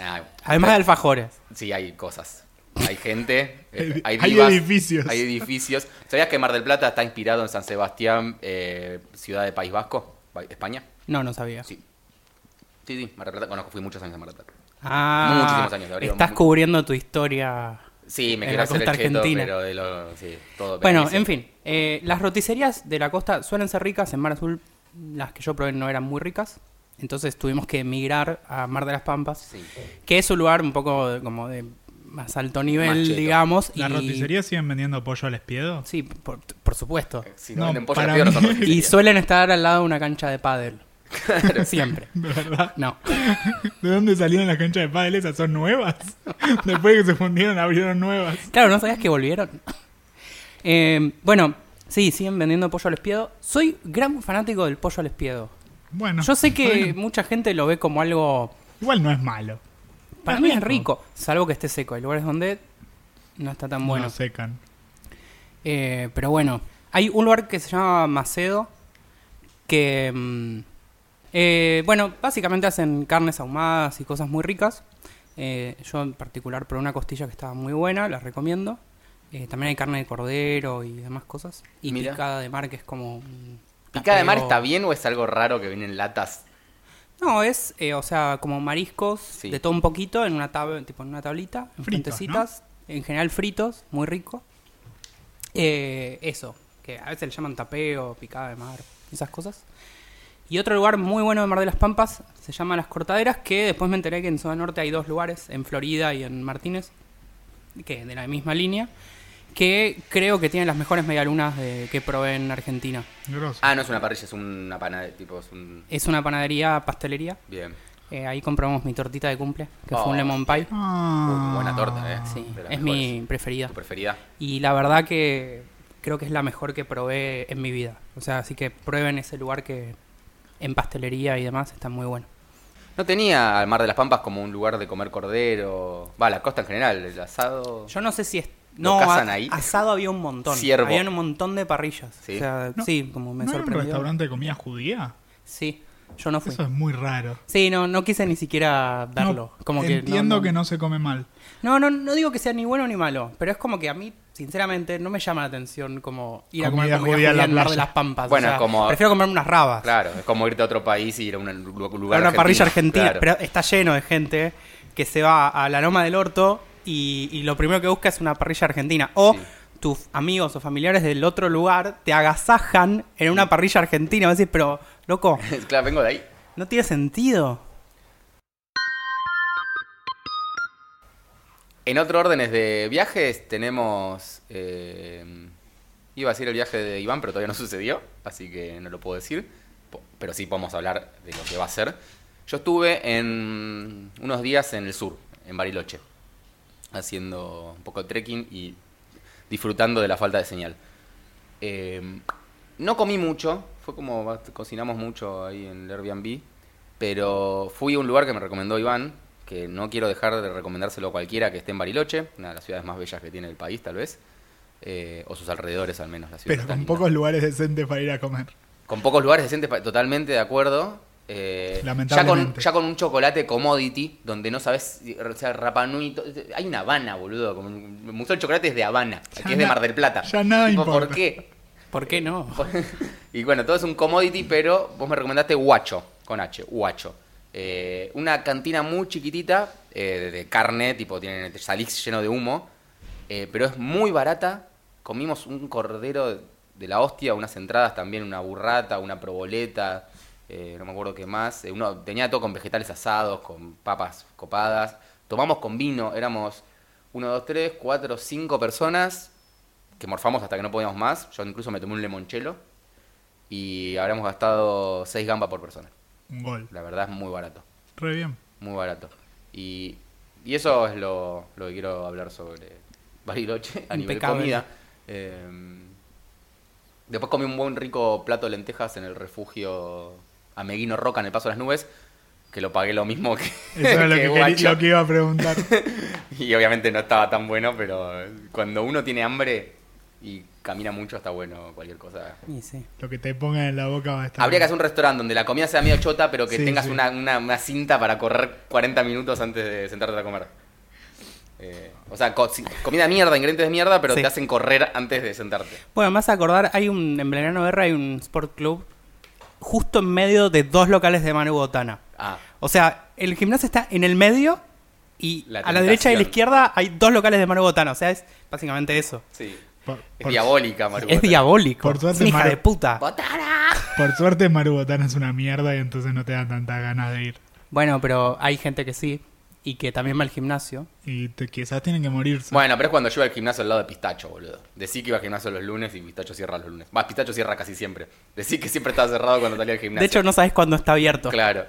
B: Ah,
D: Además de alfajores.
B: Sí, hay cosas. Hay gente, eh, hay,
C: Hay- hay
B: divas,
C: edificios.
B: Hay edificios. ¿Sabías que Mar del Plata está inspirado en San Sebastián, eh, ciudad de País Vasco, Pa- España?
D: No, no sabía.
B: Sí. Sí, sí, Mar del Plata. Conozco, fui muchos años a Mar del Plata.
D: Ah,
B: Muchísimos años, habría
D: estás
B: mu-
D: cubriendo tu historia.
B: Sí, me
D: En
B: quiero
D: la
B: hacer el
D: costa
B: cheto,
D: argentina.
B: pero de lo, sí, todo
D: Bueno,
B: beneficio.
D: en fin, eh, las roticerías de la costa suelen ser ricas. En Mar Azul, las que yo probé no eran muy ricas. Entonces tuvimos que emigrar a Mar de las Pampas,
B: Sí.
D: que es un lugar un poco de- como de más alto nivel,
B: Más cheto.
D: digamos.
C: ¿Las
D: y-
C: roticerías siguen vendiendo pollo al espiedo?
D: Sí, por, por supuesto.
B: Si no,
C: No,
B: venden pollo
C: para
B: rápido, no
C: mí-
B: son roticería.
D: Y suelen estar al lado de una cancha de pádel. Siempre.
C: ¿De verdad?
D: No.
C: ¿De dónde salieron las canchas de pádel esas? ¿Son nuevas? Después que se fundieron abrieron nuevas.
D: Claro, no sabías que volvieron. Eh, bueno, sí, siguen vendiendo pollo al espiedo. Soy gran fanático del pollo al espiedo.
C: Bueno.
D: Yo sé que
C: bueno,
D: mucha gente lo ve como algo.
C: igual no es malo.
D: Para mí es rico, salvo que esté seco. Hay lugares donde no está tan bueno.
C: No secan.
D: Eh, pero bueno, hay un lugar que se llama Macedo. Que. mm, eh, bueno, básicamente hacen carnes ahumadas y cosas muy ricas. Eh, yo en particular probé una costilla que estaba muy buena, la recomiendo. Eh, también hay carne de cordero y demás cosas. Y
B: Mira.
D: picada de mar, que es como. un
B: ¿Picada de mar
D: tapeo.
B: está bien o es algo raro que viene en latas?
D: No, es, eh, o sea, como mariscos,
B: Sí.
D: de todo un poquito, en una, tab tipo en una tablita,
C: Fritos,
D: en fuentecitas, en general fritos, muy rico. Eh, eso, que a veces le llaman tapeo, picada de mar, esas cosas. Y otro lugar muy bueno de Mar de las Pampas se llama Las Cortaderas, que después me enteré que en Zona Norte hay dos lugares, en Florida y en Martínez, que de la misma línea, que creo que tienen las mejores medialunas de- que probé en Argentina.
C: Grosso.
B: Ah, no es una parrilla, es una pana de tipo, es un...
D: Es una panadería, pastelería.
B: Bien.
D: Eh, ahí compramos mi tortita de cumple, que
B: Oh.
D: fue un lemon pie.
C: Ah.
B: Uh, buena torta, eh.
D: Sí,
B: De las mejores.
D: es mi preferida.
B: Tu preferida.
D: Y la verdad que creo que es la mejor que probé en mi vida. O sea, así que prueben ese lugar que en pastelería y demás está muy bueno.
B: No tenía al Mar de las Pampas como un lugar de comer cordero. Va, la costa en general, el asado.
D: Yo no sé si es...
B: ¿Lo
D: No,
B: cazan
D: a-
B: ahí?
D: asado había un montón.
B: Ciervo.
D: Había un montón de parrillas.
B: Sí.
D: O sea,
C: No,
D: sí, como me
C: ¿No era un
D: sorprendió.
C: restaurante de comida judía?
D: Sí, yo no fui.
C: Eso es muy raro.
D: Sí, no, no quise ni siquiera verlo.
C: No,
D: como que no-
C: entiendo
D: no-
C: que no se come mal.
D: No, no, no digo que sea ni bueno ni malo, pero es como que a mí, sinceramente, no me llama la atención como
C: Comida
D: ir a comer comida
C: judía
D: judía
C: en la
D: en Mar de
C: playa.
D: las Pampas.
B: Bueno,
D: o sea,
B: como-
D: Prefiero comerme unas rabas.
B: Claro, es como irte a otro país y ir a un lu-
D: a
B: lugar
D: una parrilla argentina,
B: claro.
D: pero está lleno de gente que se va a la Loma del Orto y, y lo primero que busca es una parrilla argentina. O
B: Sí.
D: tus amigos o familiares del otro lugar te agasajan en una parrilla argentina. Vas a decir, pero, loco,
B: claro, vengo de ahí.
D: no tiene sentido.
B: En otro órdenes de viajes tenemos... eh, iba a decir el viaje de Iván, pero todavía no sucedió, así que no lo puedo decir. Po- Pero sí podemos hablar de lo que va a ser. Yo estuve en unos días en el sur, en Bariloche, haciendo un poco de trekking y disfrutando de la falta de señal. Eh, no comí mucho, fue como va- cocinamos mucho ahí en el Airbnb, pero fui a un lugar que me recomendó Iván, que no quiero dejar de recomendárselo a cualquiera que esté en Bariloche, una de las ciudades más bellas que tiene el país tal vez, eh, o sus alrededores al menos, la ciudad.
C: Pero
B: tan
C: con
B: linda.
C: pocos lugares decentes para ir a comer.
B: Con pocos lugares decentes, pa- totalmente de acuerdo. Eh, ya, con,
C: Lamentablemente.
B: ya con un chocolate commodity, donde no sabes, si- o sea, Rapanui. Hay una Habana, boludo. como- Me gustó el chocolate es de Habana,
C: Ya
B: que es de
C: na-
B: Mar del Plata.
C: ya nada
B: Tipo, ¿Por
C: importa.
B: qué?
D: ¿Por qué no?
B: y bueno, todo es un commodity, pero vos me recomendaste Guacho, con H, Guacho. Eh, una cantina muy chiquitita, eh, de carne, tipo, tienen, salís lleno de humo, eh, pero es muy barata. Comimos un cordero de la hostia, unas entradas también, una burrata, una proboleta, eh, no me acuerdo qué más. Eh, uno, tenía todo con vegetales asados, con papas copadas. Tomamos con vino, éramos 1, 2, 3, 4, 5 personas que morfamos hasta que no podíamos más. Yo incluso me tomé un limonchelo y habríamos gastado 6 gambas por persona.
C: Un gol.
B: La verdad es muy barato,
C: Re bien.
B: muy barato. Y, y eso es lo, lo que quiero hablar sobre Bariloche a nivel
D: Impecable.
B: comida. Eh, después comí un buen rico plato de lentejas en el refugio Ameguino Roca en el Paso de las Nubes, que lo pagué lo mismo que,
C: Eso era lo que, quería-
B: Guacho.
C: lo que iba a preguntar.
B: Y obviamente no estaba tan bueno, pero cuando uno tiene hambre y camina mucho está bueno cualquier cosa.
D: Y sí.
C: Lo que te pongan en la boca va a estar.
B: Habría que
C: bien.
B: hacer un restaurante donde la comida sea medio chota, pero que
C: Sí,
B: tengas
C: sí.
B: Una, una- una cinta para correr 40 minutos antes de sentarte a comer. Eh, o sea, co- si- comida mierda, ingredientes de mierda, pero
D: Sí.
B: te hacen correr antes de sentarte.
D: Bueno, más acordar, hay un en Belgrano Berra hay un sport club justo en medio de dos locales de Manu Botana.
B: Ah,
D: O sea, el gimnasio está en el medio y
B: La
D: a la derecha y a la
B: tentación.
D: izquierda hay dos locales de Manu Botana. O sea, es básicamente eso.
B: sí.
C: Por,
B: Es
C: por-
B: diabólica, Maru.
D: es diabólico.
C: por suerte
D: Es una hija
C: Maru-
D: de puta.
C: por suerte, Marubotana es una mierda y entonces no te dan tantas ganas de ir.
D: Bueno, pero hay gente que sí y que también va al gimnasio.
C: Y te- quizás tienen que morirse.
B: Bueno, pero es cuando yo iba al gimnasio al lado de Pistacho, boludo. Decí que iba al gimnasio los lunes y Pistacho cierra los lunes. Va, Pistacho cierra casi siempre. Decí que siempre estaba cerrado cuando salía al gimnasio.
D: De hecho, no sabes cuándo está abierto.
B: Claro.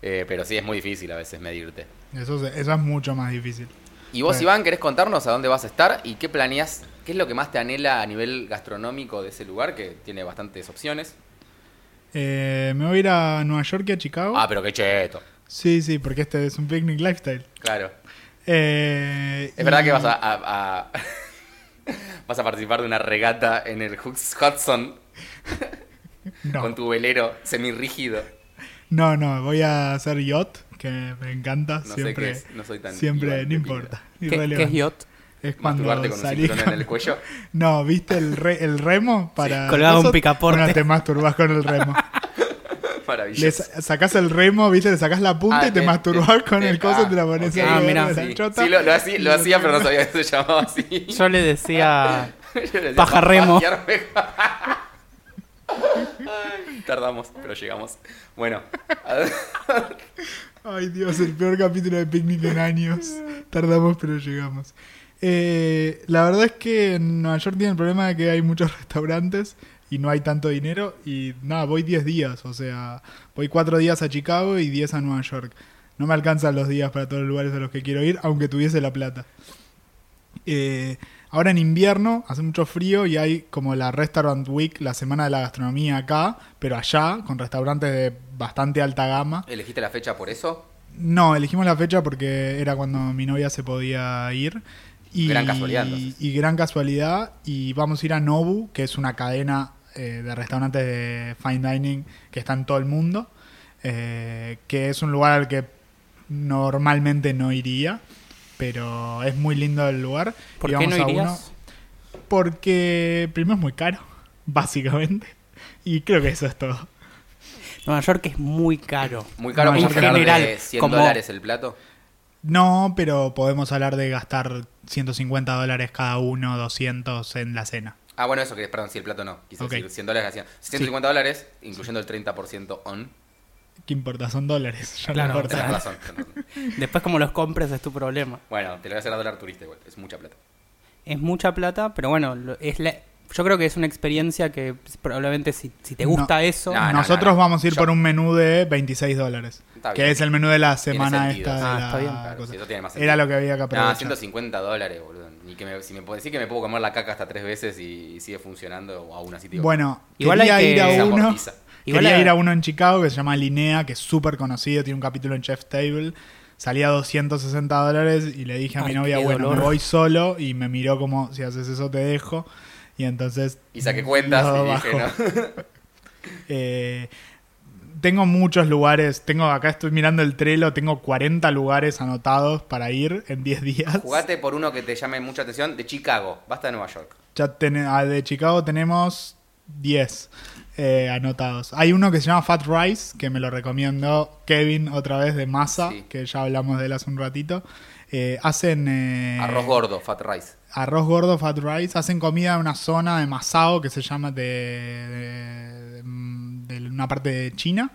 B: Eh, pero sí, es muy difícil a veces medirte.
C: Eso, se- eso es mucho más difícil.
B: Y vos,
C: Bueno.
B: Iván, ¿querés contarnos a dónde vas a estar y qué planeas? ¿Qué es lo que más te anhela a nivel gastronómico de ese lugar que tiene bastantes opciones?
C: Eh, me voy a ir a Nueva York y a Chicago.
B: Ah, pero qué cheto.
C: Sí, sí, porque este es un picnic lifestyle.
B: Claro.
C: Eh,
B: Es verdad
C: y-
B: que vas a, a- a- vas a participar de una regata en el Hux- Hudson
C: No.
B: con tu velero semirrígido.
C: No, no, voy a hacer yacht, que me encanta.
B: No sé
C: siempre,
B: qué es, no soy tan
C: Siempre,
B: Iván
C: no
B: de
C: importa.
D: ¿Qué,
C: irrelevante.
D: qué es yacht?
C: Es
B: Masturbarte
C: cuando
B: con un
C: salís
B: cinturón
C: con-
B: en el cuello.
C: No, ¿viste el, re- el remo? Para
D: colgado un
C: eso?
D: picaporte.
C: Bueno, te masturbás con el remo. Le
B: Maravilloso.
C: sa- sacás el remo, ¿viste? Le sacás la punta
B: Ah,
C: y te,
B: te-
C: masturbás con
B: te-
C: el coso y te la
B: ah,
C: pones
B: ok.
C: alrededor
D: Ah, mirá.
C: de la
B: Sí,
C: chota.
B: sí, lo, lo hacía, lo hacía, pero no sabía que se llamaba así.
D: Yo le decía.
B: Yo le decía, "Pa-
D: Paja remo".
B: pajearme. Ay, Tardamos, pero llegamos. Bueno,
C: Ay, Dios, el peor capítulo de Picnic en años. Tardamos, pero llegamos. Eh, la verdad es que en Nueva York tiene el problema de que hay muchos restaurantes y no hay tanto dinero. Y nada, voy 10 días, o sea, voy 4 días a Chicago y 10 a Nueva York. No me alcanzan los días para todos los lugares a los que quiero ir, aunque tuviese la plata. Eh, ahora en invierno hace mucho frío y hay como la Restaurant Week, la semana de la gastronomía acá, pero allá, con restaurantes de bastante alta gama.
B: ¿elegiste la fecha por eso?
C: No, elegimos la fecha porque era cuando mi novia se podía ir. Y,
B: Gran casualidad, entonces.
C: Y gran casualidad. Y vamos a ir a Nobu, que es una cadena eh, de restaurantes de fine dining que está en todo el mundo. eh, que es un lugar al que normalmente no iría. Pero es muy lindo el lugar.
D: ¿Por
C: Y
D: qué no
C: vamos a uno-
D: irías?
C: porque primero es muy caro, básicamente. Y creo que eso es todo.
D: Nueva York es muy caro.
B: Muy caro,
C: No,
B: como
C: en
B: cerrar de
D: general,
B: 100
D: como-
B: dólares el plato.
C: No, pero podemos hablar de gastar 150 dólares cada uno, 200 en la cena.
B: Ah, bueno, eso que, perdón, sí, el plato no. Quise
C: Ok.
B: decir 100 dólares, hacían 150 dólares, incluyendo el 30% on.
C: ¿Qué importa? Son dólares. Ya
D: Claro,
C: no
D: o
B: Tenés
C: importa.
D: sea.
B: razón. tenés razón.
D: Después, como los compres, es tu problema.
B: Bueno, te lo voy a hacer a dólar turista igual, es mucha plata.
D: Es mucha plata, pero bueno, lo- es la- yo creo que es una experiencia que probablemente si, si te gusta
C: No.
D: eso.
B: No, no,
C: Nosotros
B: no.
C: vamos a ir
B: Yo-
C: por un menú de 26 dólares.
B: Está bien.
C: Que es el menú de la
B: Tiene
C: semana
B: sentido.
C: esta. de
D: Ah,
C: la
D: está bien.
B: Claro,
C: cosa.
B: sí, eso tiene más
C: Era
B: sentido.
C: lo que había que
B: No,
C: aprovechar.
B: 150 dólares, boludo. Ni que me, si me puedes decir que me puedo comer la caca hasta tres veces y, y sigue funcionando, o aún así, tío.
C: bueno,
D: Igual
C: quería
D: hay que-
C: ir a
B: Esa
C: uno.
B: amortiza.
D: Igual
C: quería
D: hay-
C: ir a uno en Chicago que se llama Linea, que es súper conocido, tiene un capítulo en Chef's Table. salía 260 dólares y le dije a mi
D: Ay,
C: novia,
D: qué
C: bueno,
D: dolor".
C: me voy solo y me miró como, si haces eso te dejo. Y entonces...
B: Y saqué cuentas
C: lo
B: y dije,
C: bajó.
B: no.
C: Eh, tengo muchos lugares, tengo acá estoy mirando el Trello, tengo 40 lugares anotados para ir en 10 días.
B: Jugate por uno que te llame mucha atención, de Chicago, basta de Nueva York.
C: Ya ten- ah, de Chicago tenemos 10 eh, anotados. Hay uno que se llama Fat Rice, que me lo recomendó Kevin otra vez de Massa,
B: Sí.
C: que ya hablamos de él hace un ratito. Eh, hacen... eh,
B: Arroz gordo, fat rice.
C: arroz gordo, fat rice. Hacen comida en una zona de Masao que se llama de, de- mm, de una parte de China.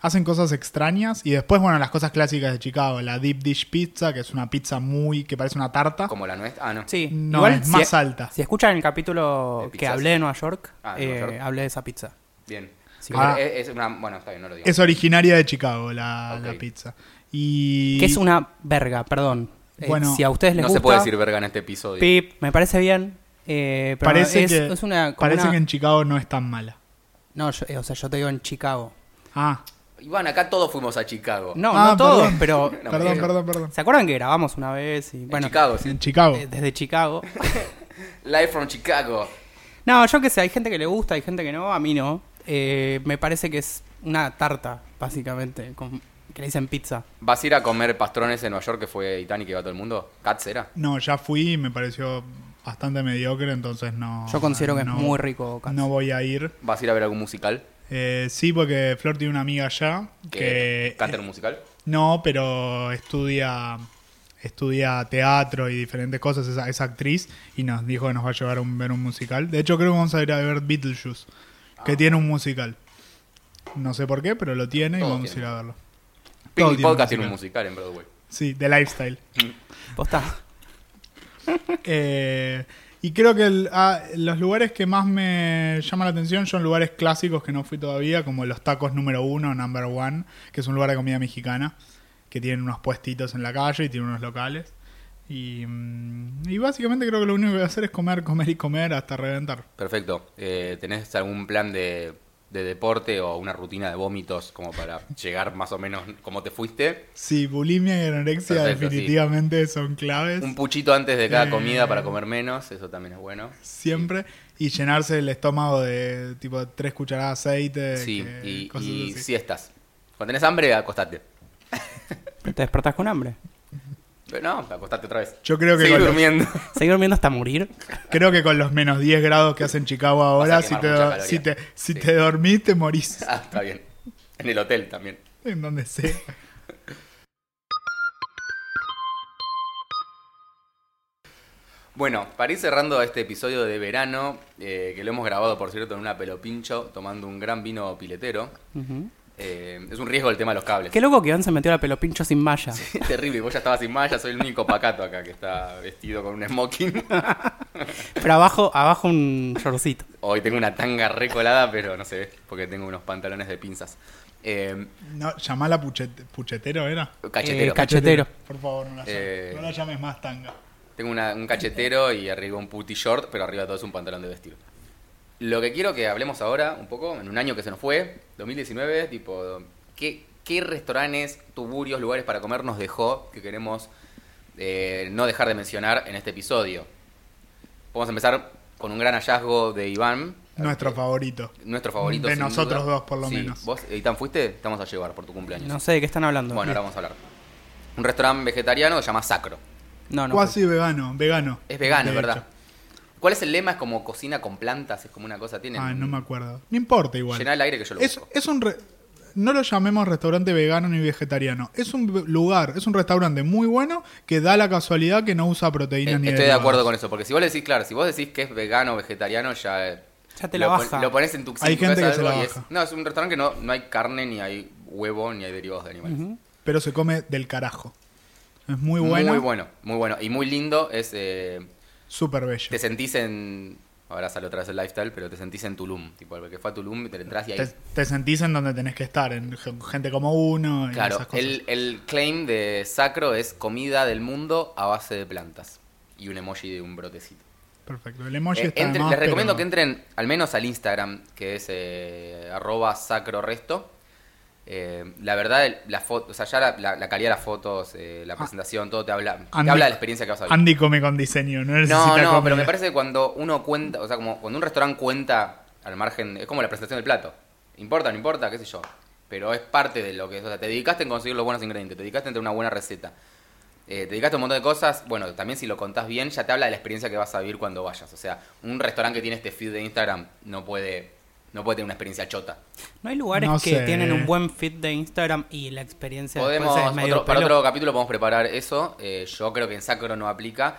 C: Hacen cosas extrañas y después, bueno, las cosas clásicas de Chicago. La deep dish pizza, que es una pizza muy, que parece una tarta.
B: Como la nuestra. Ah, no.
D: Sí,
C: No, es más
D: si,
C: alta.
D: Si escuchan el capítulo
B: De
D: que
B: pizzas.
D: hablé de Nueva York,
B: Ah, de Nueva
D: eh,
B: York.
D: hablé de esa pizza.
B: Bien.
D: Sí.
B: Es-
C: Ah.
B: es, una- bueno, está bien, no lo digo.
C: Es originaria de Chicago la,
B: Ok.
C: la pizza. Y
D: Que es una verga, perdón. Eh,
C: Bueno,
D: si a ustedes les
B: No
D: gusta,
B: se puede decir verga en este episodio.
D: pip, me parece bien. eh, pero
C: parece,
D: es,
C: que,
D: es una, como
C: parece
D: una-
C: que en Chicago no es tan mala.
D: No, yo- eh, o sea, yo te digo en Chicago.
C: Ah,
B: Iván, acá todos fuimos a Chicago.
D: No,
C: Ah,
D: no todos,
C: perdón.
D: pero...
B: No,
C: perdón,
B: eh,
C: perdón, perdón.
D: ¿Se acuerdan que grabamos una vez? Y, bueno,
B: en Chicago, sí.
C: En Chicago.
D: eh, desde Chicago.
B: Live from Chicago.
D: No, yo qué sé, hay gente que le gusta, hay gente que no, a mí no. Eh, me parece que es una tarta, básicamente, con- que le dicen pizza.
B: ¿Vas a ir a comer pastrones en Nueva York que fue Titanic que va todo el mundo? ¿Katz era?
C: No, ya fui y me pareció bastante mediocre, entonces no.
D: Yo considero que
C: no-
D: es muy rico. Katz.
C: No voy a ir.
B: ¿Vas a ir a ver algún musical?
C: Eh, sí, porque Flor tiene una amiga allá
B: ¿Que
C: que
B: canta un musical?
C: no, pero estudia estudia teatro y diferentes cosas, es, es actriz y nos dijo que nos va a llevar a un- ver un musical. De hecho, creo que vamos a ir a ver Beetlejuice,
B: Ah.
C: que tiene un musical. No sé por qué, pero lo tiene y
B: Todo
C: vamos a
B: tiene.
C: ir a verlo. Todo
B: Picnic
C: tiene
B: Podcast tiene un musical en Broadway.
C: Sí, de lifestyle.
D: Posta.
C: Eh, y creo que el- ah, los lugares que más me llaman la atención son lugares clásicos que no fui todavía, como los tacos número uno, number one, que es un lugar de comida mexicana, que tienen unos puestitos en la calle y tienen unos locales. Y, mm, y básicamente creo que lo único que voy a hacer es comer, comer y comer hasta reventar.
B: Perfecto. Eh, ¿Tenés algún plan de, de deporte o una rutina de vómitos como para llegar más o menos como te fuiste?
C: Sí, bulimia y anorexia
B: Perfecto, sí.
C: definitivamente son claves.
B: Un puchito antes de cada
C: Eh.
B: comida para comer menos, eso también es bueno.
C: Siempre. Y llenarse el estómago de tipo tres cucharadas de aceite.
B: Sí,
C: Eh, que-
B: y,
C: cosas
B: y
C: así.
B: siestas. Cuando tenés hambre, acostate.
D: Te despertás con hambre.
B: Pero no, acostate otra vez.
C: Yo creo que
B: Seguí
C: con los-
B: durmiendo.
D: Seguir durmiendo hasta morir.
C: Creo que con los menos 10 grados que hace en Chicago ahora,
B: Vas a
C: si
B: quemar
C: te,
B: mucha
C: si,
B: caloría.
C: te, si
B: Sí.
C: te dormís, te morís.
B: Ah, está bien. En el hotel también.
C: En donde sea.
B: Bueno, para ir cerrando este episodio de verano, eh, que lo hemos grabado, por cierto, en una pelopincho, tomando un gran vino piletero.
D: Ujú.
B: eh, es un riesgo el tema de los cables.
D: Qué loco que Iván se metió la pelopincho sin malla.
B: Terrible, vos ya estabas sin malla, soy el único pacato acá que está vestido con un smoking.
D: Pero abajo, abajo un shortcito.
B: Hoy tengo una tanga recolada, pero no se ve, porque tengo unos pantalones de pinzas. Eh,
C: No, llamala puchet- puchetero, ¿era?
B: cachetero.
D: Eh, Cachetero.
C: Por favor, no la, llames.
B: Eh.
C: No la llames más tanga.
B: Tengo una- un cachetero y arriba un puti short, pero arriba todo es un pantalón de vestir. Lo que quiero que hablemos ahora, un poco, en un año que se nos fue, 2019, tipo, ¿qué, qué restaurantes, tuburios, lugares para comer nos dejó que queremos eh, no dejar de mencionar en este episodio? Vamos a empezar con un gran hallazgo de Iván.
C: Nuestro favorito.
B: Nuestro favorito.
C: De
B: sin
C: nosotros
B: duda.
C: dos, por lo
B: Sí.
C: menos.
B: ¿Vos, Eitan, fuiste? Te vamos a llevar por tu cumpleaños.
D: No sé de qué están hablando.
B: Bueno, ahora vamos a hablar. Un restaurante vegetariano que se llama Sacro.
D: No, no.
C: Cuasi vegano, vegano.
B: pues. Es vegano,
C: de
B: ¿verdad? ¿Cuál es el lema? Es como cocina con plantas, es como una cosa.
C: hecho.
B: Tiene.
C: Ah, no me acuerdo. No importa igual.
B: Llená el aire que yo lo
C: Es,
B: busco.
C: es un... re- no lo llamemos restaurante vegano ni vegetariano. Es un ve- lugar, es un restaurante muy bueno que da la casualidad que no usa
B: Eh,
C: proteínas ni
B: Estoy de acuerdo
C: derivados.
B: con eso, porque si vos le decís, claro, si vos decís que es vegano o vegetariano, ya. eh,
D: Ya te
B: lo,
D: la
B: pon-
D: baja.
B: Lo pones en tu
C: Hay
B: tu
C: gente
B: cabeza
C: que se
B: algo
C: la
B: y es-
C: baja.
B: no, es un restaurante que no, no hay carne, ni hay huevo, ni hay derivados de animales.
C: Pero se come del carajo. Es muy bueno.
B: Muy bueno, muy bueno. Y muy lindo es. eh,
C: Súper bello.
B: te sentís en. Ahora sale otra vez el lifestyle, pero te sentís en Tulum. Tipo, el que fue a Tulum y te entras y ahí.
C: te, te sentís en donde tenés que estar, en gen- gente como uno y
B: Claro,
C: esas cosas.
B: el, el claim de Sacro es comida del mundo a base de plantas. Y un emoji de un brotecito.
C: Perfecto, el emoji
B: Eh,
C: está de
B: entre-
C: más,
B: les recomiendo
C: pero
B: que entren al menos al Instagram, que es eh, arroba sacroresto. Eh, la verdad, el- la foto, o sea, ya la, la- la calidad de las fotos, eh,
C: Ah.
B: la presentación, todo te habla, te
C: Andy-
B: habla de la experiencia que vas a vivir.
C: Andy come con diseño, no necesita
B: No, no, pero
C: comida.
B: me parece que cuando uno cuenta, o sea, como cuando un restaurante cuenta al margen, es como la presentación del plato. Importa, no importa, qué sé yo. Pero es parte de lo que es. O sea, te dedicaste en conseguir los buenos ingredientes, te dedicaste en tener una buena receta. eh, te dedicaste a un montón de cosas. Bueno, también si lo contás bien, ya te habla de la experiencia que vas a vivir cuando vayas. O sea, un restaurante que tiene este feed de Instagram no puede, no puede tener una experiencia chota.
D: No hay lugares
C: No
D: que
C: sé.
D: tienen un buen feed de Instagram y la experiencia
B: Podemos,
D: después es medio
B: otro- para
D: pelo.
B: otro capítulo podemos preparar eso. Eh, yo creo que en Sacro no aplica.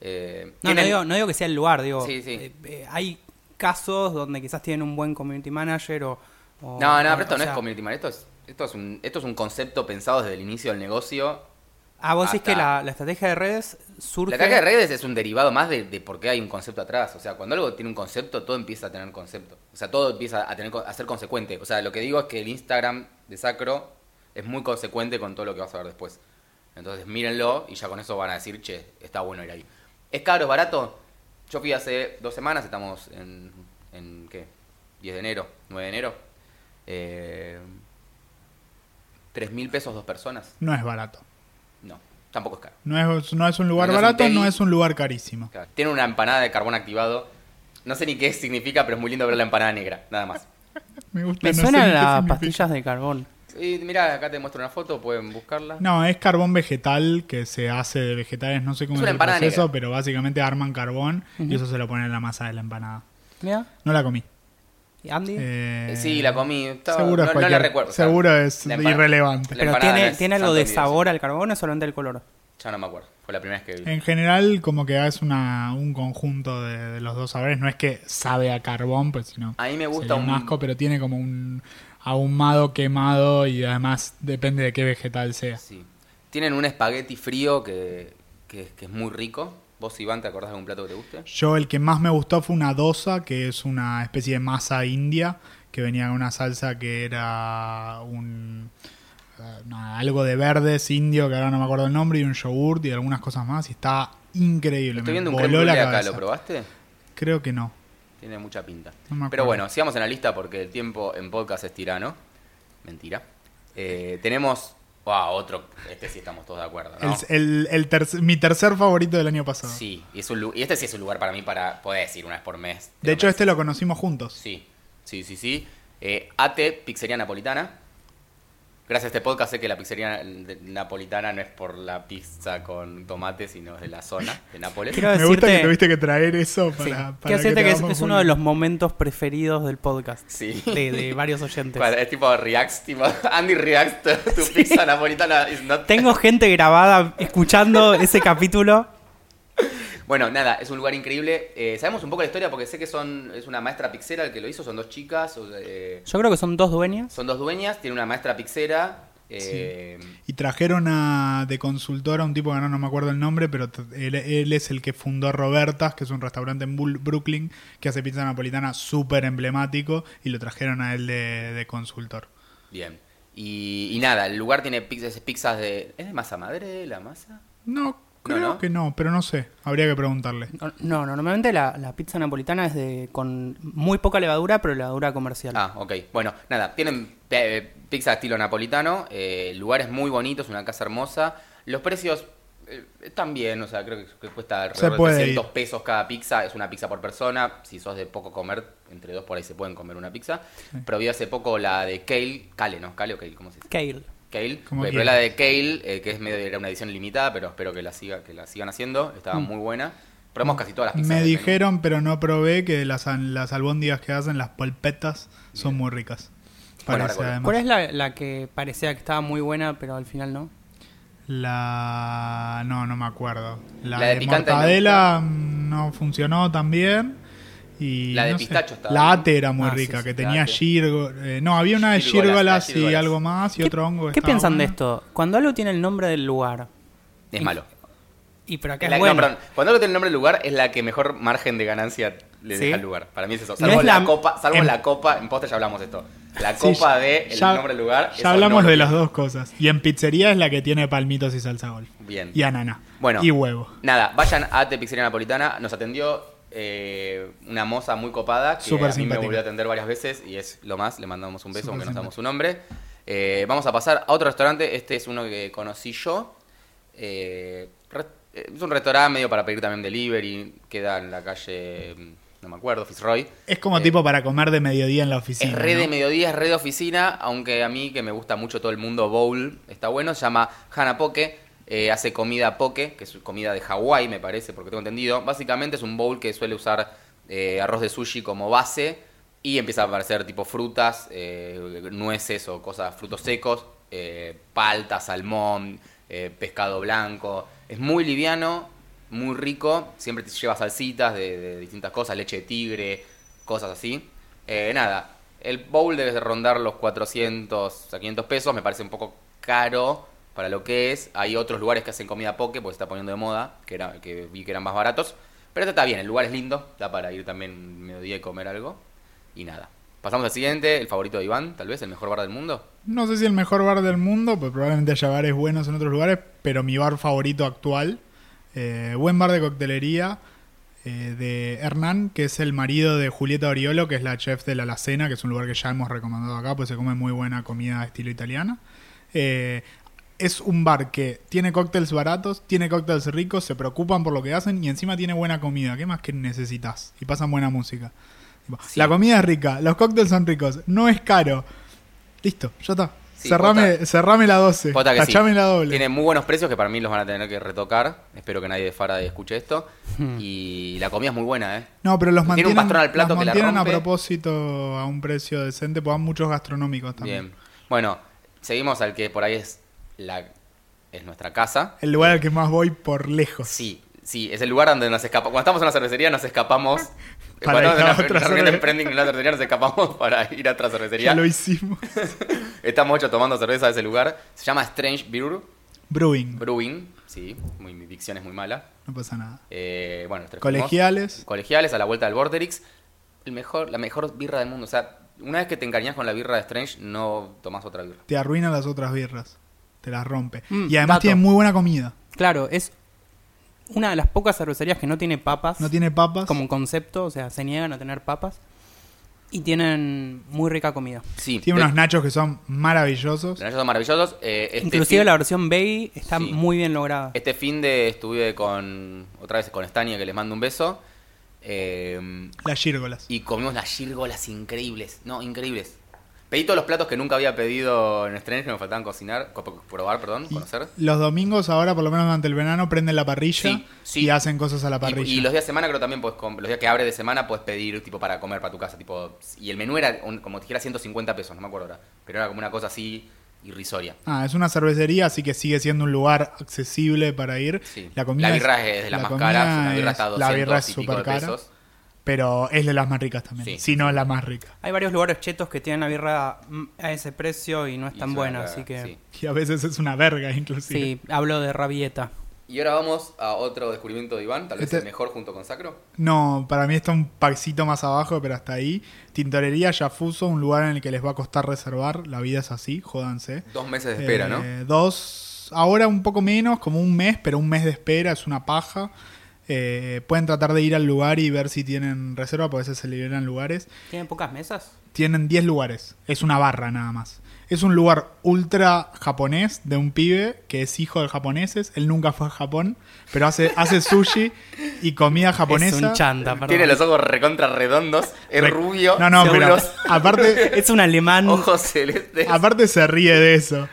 B: Eh,
D: No, no
B: tienen-
D: digo, no digo que sea el lugar, digo.
B: Sí, sí.
D: eh, eh, hay casos donde quizás tienen un buen community manager o. o-
B: No, no,
D: o-
B: pero esto
D: o
B: no es
D: sea-
B: community manager, esto es, esto es un, esto es un concepto pensado desde el inicio del negocio.
D: Ah, vos decís
B: Hasta-
D: que la, la estrategia de redes surge.
B: La caja de redes es un derivado más de, de por qué hay un concepto atrás. O sea, cuando algo tiene un concepto, todo empieza a tener concepto. O sea, todo empieza a, tener, co- a ser consecuente. O sea, lo que digo es que el Instagram de Sacro es muy consecuente con todo lo que vas a ver después. Entonces, mírenlo y ya con eso van a decir, che, está bueno ir ahí. ¿Es caro, es barato? Yo fui hace dos semanas, estamos en, en ¿qué? 10 de enero, 9 de enero. Eh, 3 mil pesos dos personas.
C: No es barato.
B: No, tampoco es caro.
C: No es, no es un lugar
B: No es un
C: barato,
B: teli.
C: no es un lugar carísimo.
B: Claro. Tiene una empanada de carbón activado. No sé ni qué significa, pero es muy lindo ver la empanada negra, nada más.
C: Me gusta.
D: Me
C: no sé
D: suena
C: ni qué
D: a
C: significa.
D: pastillas de carbón.
B: Y mira, acá te muestro una foto, pueden buscarla.
C: No, es carbón vegetal que se hace de vegetales, no sé cómo
B: Es
C: es,
B: una
C: el
B: empanada
C: proceso,
B: negra.
C: pero básicamente arman carbón y eso se lo ponen en la masa de la empanada.
D: Mira,
C: No la comí.
D: y Andy.
C: Eh,
B: sí, la comí. estaba-
C: seguro es
B: no, no la
C: cualquier-
B: recuerdo. o sea,
C: seguro es
B: la empanada-
C: irrelevante.
B: la
D: pero
B: empanada no
D: tiene,
B: es
D: tiene algo
B: santo
D: de
B: ni Dios.
D: sabor al carbón o solamente el color.
B: Ya no me acuerdo. Fue la primera vez que vi.
C: En general, como que es una, un conjunto de, de los dos sabores. No es que sabe a carbón, pues sino.
B: A mí me gusta
C: sería un
B: un-
C: asco, pero tiene como un ahumado quemado y además depende de qué vegetal sea.
B: Sí. Tienen un espagueti frío que, que, que es muy rico. ¿Vos, Iván, te acordás de algún plato que te guste?
C: Yo el que más me gustó fue una dosa, que es una especie de masa india, que venía en una salsa que era un eh, nada, algo de verdes indio, que ahora no me acuerdo el nombre, y un yogurt y algunas cosas más, y está increíble.
B: Estoy
C: me
B: viendo un
C: voló
B: creme
C: la
B: brûlée acá,
C: cabeza.
B: ¿lo probaste?
C: Creo que no.
B: Tiene mucha pinta.
C: No me
B: Pero
C: acuerdo.
B: bueno, sigamos en la lista porque el tiempo en podcast es tirano. Mentira. Eh, tenemos. Wow, otro. Este sí estamos todos de acuerdo, ¿no?
C: El, el- el terc- mi tercer favorito del año pasado.
B: Sí, y, es un lu- y este sí es un lugar para mí para poder decir una vez por mes.
C: De hecho, este lo conocimos juntos.
B: Sí, sí, sí, sí. Eh, Ate, pizzería napolitana. Gracias a este podcast sé que la pizzería de- napolitana no es por la pizza con tomate, sino es de la zona de Nápoles.
D: Quiero
C: Me gusta que
D: decirte-
C: tuviste que traer eso para,
D: Sí.
C: para
D: Quiero decirte que es,
C: tengamos
D: es uno de
C: un-
D: los momentos preferidos del podcast.
B: Sí.
D: De, de varios oyentes.
B: Cuando- Es tipo Reacts, tipo Andy Reacts, tu, tu pizza napolitana is not-
D: Tengo gente grabada escuchando ese capítulo.
B: Bueno, nada, es un lugar increíble. Eh, sabemos un poco la historia porque sé que son es una maestra pixera el que lo hizo, son dos chicas, o- eh,
D: Yo creo que son dos dueñas.
B: son dos dueñas, tiene una maestra pixera. eh,
C: Y trajeron a, de consultor a un tipo que ahora no me acuerdo el nombre, pero t- él, él es el que fundó Robertas, que es un restaurante en Bul- Brooklyn que hace pizza napolitana súper emblemático, y lo trajeron a él de, de consultor.
B: Bien. Y, y nada, el lugar tiene pizzas, pizzas de... ¿Es de masa madre la masa?
C: No,
B: No,
C: creo
B: ¿no?
C: que no, pero no sé, habría que preguntarle.
D: No, no, normalmente la, la pizza napolitana es de con muy poca levadura, pero levadura comercial.
B: Ah, ok. Bueno, nada, tienen eh, pizza estilo napolitano, eh, el lugar es muy bonito, es una casa hermosa. Los precios eh, están bien, o sea, creo que, que cuesta alrededor
C: puede
B: de 300
C: ir.
B: pesos cada pizza, es una pizza por persona. Si sos de poco comer, entre dos por ahí se pueden comer una pizza. Probé hace poco la de Kale, Kale, ¿no? Kale o Kale, ¿cómo se dice?
D: Kale.
B: Kale,
C: Como
B: pero
C: quieras.
B: la de Kale, eh, que es medio era una edición limitada, pero espero que la siga, que la sigan haciendo, estaba muy buena. Probamos casi todas las pizzas.
C: Mm. Me
B: del menú.
C: dijeron, pero no probé, que las, an- las albóndigas que hacen, las polpetas, son muy ricas.
B: Bueno,
C: Parece,
B: ahora
C: además.
D: ¿Cuál es la, la que parecía que estaba muy buena, pero al final no?
C: La. No, no me acuerdo. La,
B: La de
C: de,
B: picante
C: mortadela mm, no funcionó tan bien. Y
B: La de
C: no sé.
B: pistacho estaba
C: La
B: bien.
C: ate era muy
D: Ah, sí,
C: rica,
D: sí,
C: que
B: la
C: tenía
B: ate.
C: girgo. eh, no, había una de
B: Gírgolas, la
C: gírgolas y
B: gírgolas.
C: algo más y otro hongo. que
D: ¿Qué
C: estaba
D: piensan de
C: bueno.
D: esto? Cuando algo tiene el nombre del lugar,
B: Es malo.
D: y pero acá
B: La-
D: es
B: no,
D: bueno.
B: perdón. Cuando algo tiene el nombre del lugar, es la que mejor margen de ganancia le
D: Sí.
B: deja al lugar. Para mí es eso.
D: No
B: Salvo
D: es
B: la,
D: la-
B: copa, salvo
C: en-
B: la copa, en postre ya hablamos de esto. La
C: Sí,
B: copa
C: ya-
B: de el
C: ya-
B: nombre del lugar. eso
C: Ya hablamos
B: no lo
C: de las
B: tiene.
C: dos cosas. Y en pizzería es la que tiene palmitos y salsa golf.
B: Bien.
C: Y ananá.
B: Bueno.
C: Y huevo.
B: Nada, vayan a Ate Pizzería Napolitana. Nos atendió eh, una moza muy copada que
C: Súper
B: a mí me
C: simpática.
B: volvió a atender varias veces y es lo más. Le mandamos un beso,
C: Súper
B: aunque no sabemos su nombre. Eh, vamos a pasar a otro restaurante. Este es uno que conocí yo. Eh, re- eh, es un restaurante medio para pedir también delivery. Queda en la calle, mm, no me acuerdo, Fitzroy.
C: Es como
B: Eh,
C: tipo para comer de mediodía en la oficina.
B: es red de
C: ¿no?
B: mediodía, es red de oficina, aunque a mí que me gusta mucho todo el mundo bowl, está bueno, se llama Hana Poke, eh, hace comida poke, que es comida de Hawái me parece, porque tengo entendido. Básicamente es un bowl que suele usar eh, arroz de sushi como base y empieza a aparecer tipo frutas, eh, nueces o cosas, frutos secos, eh, palta, salmón, eh, pescado blanco. Es muy liviano, muy rico, siempre te lleva salsitas de, de distintas cosas, leche de tigre, cosas así. Eh, nada, el bowl debe rondar los 400 a 500 pesos, me parece un poco caro para lo que es. Hay otros lugares que hacen comida poke, porque se está poniendo de moda, que, era, que vi que eran más baratos. Pero este está bien, el lugar es lindo, da para ir también mediodía y comer algo. Y nada, pasamos al siguiente, el favorito de Iván, tal vez, el mejor bar del mundo.
C: No sé si el mejor bar del mundo, pues probablemente haya bares buenos en otros lugares, pero mi bar favorito actual, eh, buen bar de coctelería eh, de Hernán, que es el marido de Julieta Oriolo, que es la chef de La Alacena, que es un lugar que ya hemos recomendado acá, pues se come muy buena comida de estilo italiana. Eh, es un bar que tiene cócteles baratos, tiene cócteles ricos, se preocupan por lo que hacen y encima tiene buena comida. ¿Qué más que necesitas? Y pasan buena música. Tipo,
B: Sí.
C: La comida es rica, los cócteles son ricos, no es caro. Listo, ya está.
B: Sí,
C: cerrame,
B: posta.
C: cerrame la 12.
B: Posta que sí.
C: Tachame la doble.
B: Tiene muy buenos precios que para mí los van a tener que retocar. Espero que nadie de Faraday escuche esto. Y la comida es muy buena, ¿eh?
C: No, pero los
B: Tiene un
C: mantienen,
B: pastrón al plato
C: los
B: que la
C: mantienen
B: rompe.
C: a propósito a un precio decente, pues van muchos gastronómicos también.
B: Bien. Bueno, seguimos al que por ahí es la es nuestra casa.
C: El lugar al que más voy por lejos.
B: Sí, sí, es el lugar donde nos escapamos. Cuando estamos en una cervecería nos escapamos.
C: Para
B: Cuando
C: ir a
B: estamos en una, en
C: otra
B: una reunión de
C: cervecería.
B: emprending en una cervecería nos escapamos para ir a otra cervecería.
C: Ya lo hicimos.
B: Estamos ocho tomando cerveza de ese lugar. Se llama Strange Brew,
C: Brewing.
B: Brewing. Sí, muy, mi dicción es muy mala.
C: No pasa nada.
B: Eh, bueno, nos trajimos-
C: Colegiales.
B: Colegiales, a la vuelta del Borderix. El mejor, la mejor birra del mundo. O sea, una vez que te encariñas con la birra de Strange, no tomás otra birra.
C: Te arruinan las otras birras. Te las rompe.
D: Mm,
C: y además
D: dato.
C: tiene muy buena comida.
D: Claro, es una de las pocas cervecerías que no tiene papas.
C: No tiene papas.
D: como un concepto, o sea, se niegan a tener papas y tienen muy rica comida.
B: Sí.
C: Tiene
B: de-
C: unos nachos que son maravillosos.
B: Los nachos son maravillosos. Eh, este
D: Inclusive
B: fin-
D: la versión baby está
B: Sí.
D: muy bien lograda.
B: Este fin de estuve con otra vez con Stania, que les mando un beso. eh,
C: Las gírgolas.
B: y comimos las gírgolas increíbles. No, increíbles. Pedí todos los platos que nunca había pedido en Strange, que me faltaban cocinar, co- probar, perdón,
C: Y
B: conocer.
C: Los domingos ahora, por lo menos durante el verano, prenden la parrilla
B: Sí, sí.
C: y hacen cosas a la
B: Y,
C: parrilla.
B: y los días de semana creo también, pues los días que abre de semana puedes pedir tipo para comer para tu casa. tipo Y el menú era, un- como te dijera, 150 pesos, no me acuerdo ahora. Pero era como una cosa así irrisoria.
C: Ah, es una cervecería, así que sigue siendo un lugar accesible para ir.
B: Sí.
C: La comida
B: La birra es de las más caras,
C: comida
B: la birra está a
C: es- la birra
B: 200
C: es
B: y pico de
C: súper cara,
B: pesos.
C: pero es de las más ricas también,
B: Sí.
C: si no la más rica.
D: Hay varios lugares chetos que tienen la birra mm, a ese precio y no es
B: Y
D: tan
B: es una
D: buena,
B: cagada,
D: así que
B: sí.
D: sí.
C: Y a veces es una verga, inclusive.
D: hablo de rabieta.
B: Y ahora vamos a otro descubrimiento de Iván, tal vez
C: Este-
B: el mejor junto con Sacro.
C: No, para mí está un pasito más abajo, pero hasta ahí. Tintorería Yafuso, un lugar en el que les va a costar reservar. La vida es así, jódanse.
B: Dos meses de espera, ¿no?
C: Eh, Dos, ahora un poco menos, como un mes, pero un mes de espera es una paja. Eh, pueden tratar de ir al lugar y ver si tienen reserva, porque a veces se liberan lugares.
D: ¿Tienen pocas mesas?
C: Tienen 10 lugares, es una barra nada más. Es un lugar ultra japonés de un pibe que es hijo de japoneses. Él nunca fue a Japón, pero hace, hace sushi y comida japonesa.
D: Es un chanta, perdón.
B: Tiene los ojos recontra redondos, es
C: Re-
B: rubio,
C: No, no,
B: tiene
C: pero
B: unos
C: aparte,
D: Es un alemán.
B: ojos celestes.
C: aparte se ríe de eso.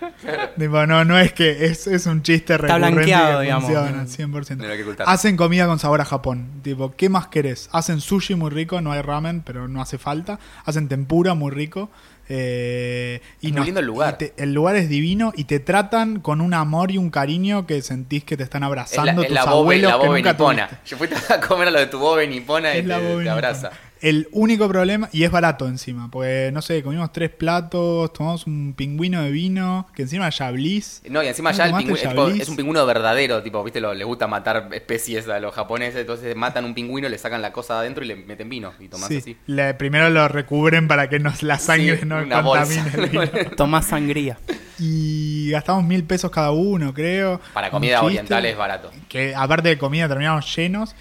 C: Tipo, no, no es que es, es un chiste recurrente
D: blanqueado,
C: que
D: digamos.
C: funciona,
B: No hay que
C: 100%.
B: ocultar.
C: Hacen comida con sabor a Japón. Tipo, ¿qué más querés? Hacen sushi muy rico, no hay ramen, pero no hace falta. Hacen tempura muy rico. eh, y
B: Es muy
C: nos-
B: lindo el lugar.
C: y te- el lugar es divino y te tratan con un amor y un cariño que sentís que te están
B: es la,
C: abrazando
B: es
C: tus
B: la bobe,
C: abuelos
B: la
C: que
B: bobe
C: nunca
B: nipona.
C: tuviste.
B: Yo fui a comer a lo de tu bobe nipona y
C: Es
B: te,
C: la
B: te
C: bobe
B: abraza.
C: nipona. El único problema, y es barato encima, porque no sé, comimos tres platos, tomamos un pingüino de vino, que encima ya bliss.
B: No, y encima
C: ¿No
B: ya el
C: Ah, tomaste
B: pingüino es, tipo-
C: Yablis?
B: es un pingüino verdadero, tipo, viste, Lo- les gusta matar especies a los japoneses, entonces matan un pingüino, le sacan la cosa adentro y le meten vino y tomás
C: Sí,
B: así.
C: le- primero lo recubren para que nos, la sangre
B: Sí,
C: no
B: una bolsa.
C: contamine el vino.
D: Tomás sangría.
C: Y gastamos mil pesos cada uno, creo.
B: Para
C: Un
B: comida
C: chiste.
B: oriental es barato.
C: Que aparte de comida terminamos llenos.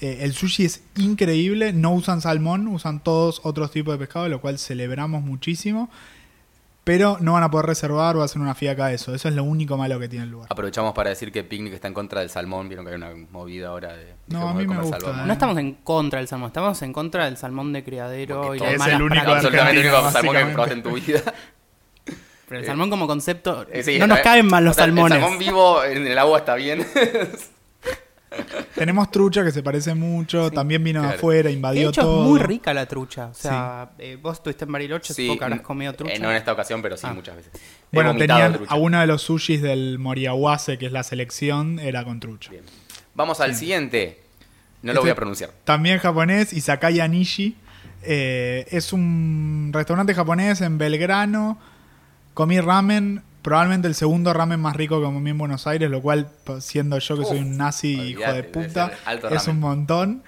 C: Eh, el sushi es increíble, no usan salmón, usan todos otros tipos de pescado, lo cual celebramos muchísimo. Pero no van a poder reservar, va a ser una fiaca de eso. Eso es lo único malo que tiene el lugar.
B: Aprovechamos para decir que Picnic está en contra del salmón. Vieron que hay una movida ahora de.
C: No,
B: dejemos
C: a mí
B: de
C: me
B: comer
C: gusta, eh.
B: salmón.
D: No estamos en contra del salmón, estamos en contra del salmón de criadero
B: Porque
D: y
B: todo es
D: las
C: el
D: malas
C: único
D: prácticas.
B: Absolutamente el único
C: Argentina,
B: salmón que
C: básicamente.
B: probaste en tu vida.
D: Pero el salmón como concepto,
B: Eh, sí,
D: no nos
B: eh,
D: caen mal los
B: o sea,
D: salmones.
B: El salmón vivo en el agua está bien.
C: Tenemos trucha que se parece mucho, también vino
B: claro.
C: de afuera,
D: De
C: invadió
D: hecho,
C: todo.
D: es muy rica la trucha. O sea, eh, vos estuviste en Bariloche, supongo que habrás comido trucha.
B: eh, no en esta ocasión, pero sí
D: Ah.
B: muchas veces. He
C: Bueno,
B: vomitado
C: tenían
B: trucha.
C: a uno de los sushis del Moriawase, que es la selección, era con trucha.
B: Bien. Vamos al siguiente. No lo
C: Este-
B: voy a pronunciar.
C: También japonés, Izakaya Nishi. Eh, es un restaurante japonés en Belgrano. Comí ramen, probablemente el segundo ramen más rico que comí en Buenos Aires, lo cual, po- siendo yo que soy
B: Uf,
C: un nazi y hijo de
B: olvidate, debe
C: puta,
B: ser alto
C: es
B: ramen.
C: un montón.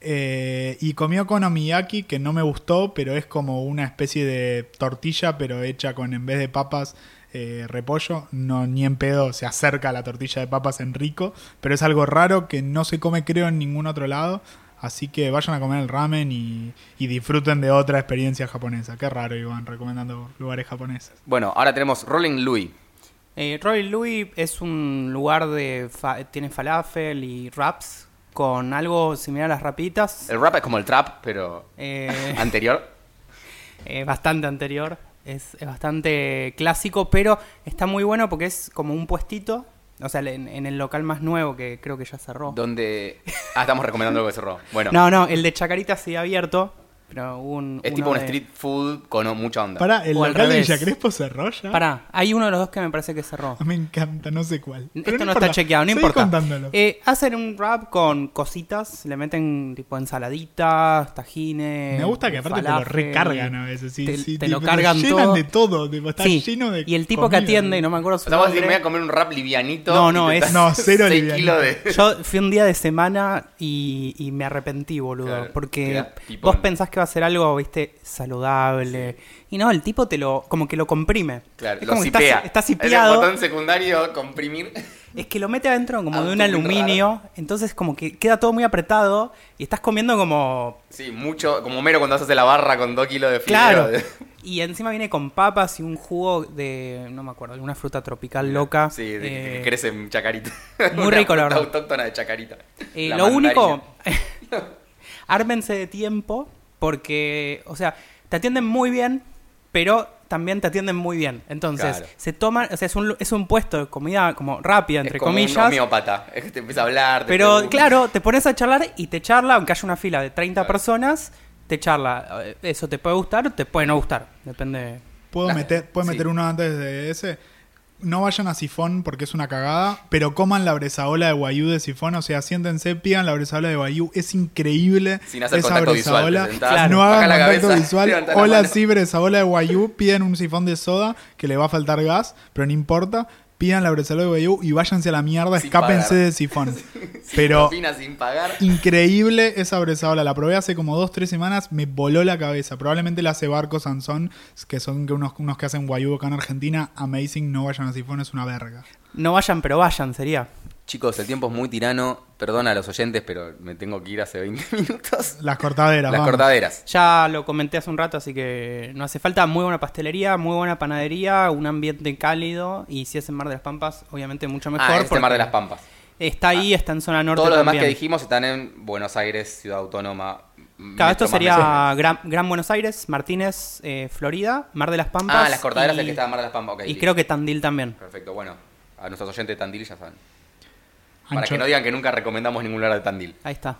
C: Eh, y comí okonomiyaki, que no me gustó, pero es como una especie de tortilla, pero hecha con, en vez de papas, eh, repollo. No, ni en pedo se acerca a la tortilla de papas en rico, pero es algo raro que no se come, creo, en ningún otro lado. Así que vayan a comer el ramen y, y disfruten de otra experiencia japonesa. Qué raro, Iván, recomendando lugares japoneses.
B: Bueno, ahora tenemos Rolling Louis.
D: Eh, Roy Louis es un lugar de. fa- tiene falafel y wraps con algo similar a las rapitas.
B: El rap es como el trap, pero
D: Eh,
B: anterior.
D: eh, bastante anterior. Es, es bastante clásico, pero está muy bueno porque es como un puestito. O sea, en, en el local más nuevo que creo que ya cerró.
B: Donde. Ah, estamos recomendando algo que cerró. Bueno,
D: No, no, el de Chacarita sigue abierto. Pero hubo un,
B: es
D: uno
B: tipo un
D: de-
B: street food con mucha onda.
C: Pará, ¿el
D: O al
C: local de
D: revés.
C: Villa Crespo cerró ya?
D: Pará, hay uno de los dos que me parece que cerró.
C: Me encanta, no sé cuál. Pero
D: Esto no, está
C: importa,
D: chequeado, no
C: seguí
D: importa.
C: contándolo.
D: Eh, hacen un wrap con cositas, le meten tipo ensaladitas, tajines.
C: Me gusta que aparte te lo
D: falafel,
C: recargan a veces. sí,
D: te,
C: sí,
D: te
C: tipo,
D: lo cargan
C: llenan
D: todo.
C: de todo, tipo, está
D: Sí,
C: lleno de
D: Y el tipo
C: comida.
D: que atiende, no me acuerdo
B: O
D: su
B: sea, vos decís, me voy
D: nombre.
B: a comer un rap livianito.
D: No,
B: y
D: no,
B: te
D: es-
B: das
C: No, cero
B: seis
C: livianito.
B: kilos de.
D: Yo fui un día de semana y, y me arrepentí, boludo.
B: Claro,
D: porque
B: queda pipón.
D: vos pensás que va a ser algo, viste, saludable. Y no, el tipo te lo, como que lo comprime.
B: Claro,
D: es
B: lo
D: como que está-
B: zipea.
D: está
B: Es el
D: zipeado.
B: botón secundario, comprimir.
D: Es que lo mete adentro como
B: Ah,
D: de un
B: está muy
D: aluminio, entonces como que queda todo muy apretado y estás comiendo como...
B: Sí, mucho. Como mero cuando haces la barra con dos kilos de fideo.
D: Claro.
B: de-
D: Y encima viene con papas y un jugo de, no me acuerdo, alguna fruta tropical loca.
B: Sí, de que
D: Eh,
B: crece en Chacarita.
D: muy
B: Una
D: rico, la
B: fruta
D: verdad.
B: autóctona de Chacarita.
D: eh,
B: La
D: lo
B: mandarina.
D: único, ármense de tiempo porque, o sea, te atienden muy bien, pero también te atienden muy bien. Entonces,
B: Claro.
D: se toman, o sea, es un, es un puesto de comida como rápida, entre
B: es como
D: comillas.
B: Un homeópata. Es que te empieza a hablar. te
D: Pero
B: pregunta.
D: claro, te pones a charlar y te charla, aunque haya una fila de 30
B: Claro.
D: personas, te charla. Eh, Eso te puede gustar o te puede no gustar. Depende.
C: ¿Puedo meter, ¿puedo
B: Sí.
C: meter uno antes de ese? No vayan a Sifón porque es una cagada, pero coman la bresaola de guayú de Sifón, o sea, siéntense, pidan la bresaola de guayú, es increíble
B: Sin hacer
C: esa
B: contacto visual,
C: bresaola.
B: te sentás,
C: no
B: baja
C: hagan
B: la
C: contacto
B: cabeza,
C: visual.
B: levantá la
C: Hola,
B: mano.
C: sí, bresaola de guayú, piden un sifón de soda que le va a faltar gas, pero no importa, pidan la bresaola de guayú y váyanse a la mierda,
B: Sin
C: escápense
B: pagar.
C: de Sifón.
B: Sin
C: pero
B: propina, sin pagar.
C: Increíble esa bresaola. La probé hace como dos, tres semanas. Me voló la cabeza. Probablemente la hace Barco Sansón, que son que unos, unos que hacen guayú acá en Argentina. Amazing, no vayan a Sifón, es una verga.
D: No vayan, pero vayan, sería.
B: Chicos, el tiempo es muy tirano. Perdona a los oyentes, pero me tengo que ir hace 20 minutos.
C: Las cortaderas,
B: Las
C: vamos.
B: cortaderas.
D: Ya lo comenté hace un rato, así que no hace falta. Muy buena pastelería, muy buena panadería, un ambiente cálido. Y si es en Mar de las Pampas, obviamente mucho mejor.
B: ah, es el Mar
D: porque
B: de las Pampas.
D: Está ahí, está en zona norte.
B: Todos los demás
D: también.
B: que dijimos están en Buenos Aires, Ciudad Autónoma.
D: Claro,
B: metro
D: esto
B: más
D: sería
B: menos.
D: Gran, Gran Buenos Aires, Martínez, eh, Florida, Mar de las Pampas.
B: Ah, las cortaderas
D: y-
B: es el que está en Mar de las Pampas. ok,
D: Y
B: listo.
D: creo que Tandil también.
B: Perfecto, bueno. A nuestros oyentes de Tandil ya saben. Para
C: Ancho-
B: que no digan que nunca recomendamos ningún lugar de Tandil.
D: Ahí está.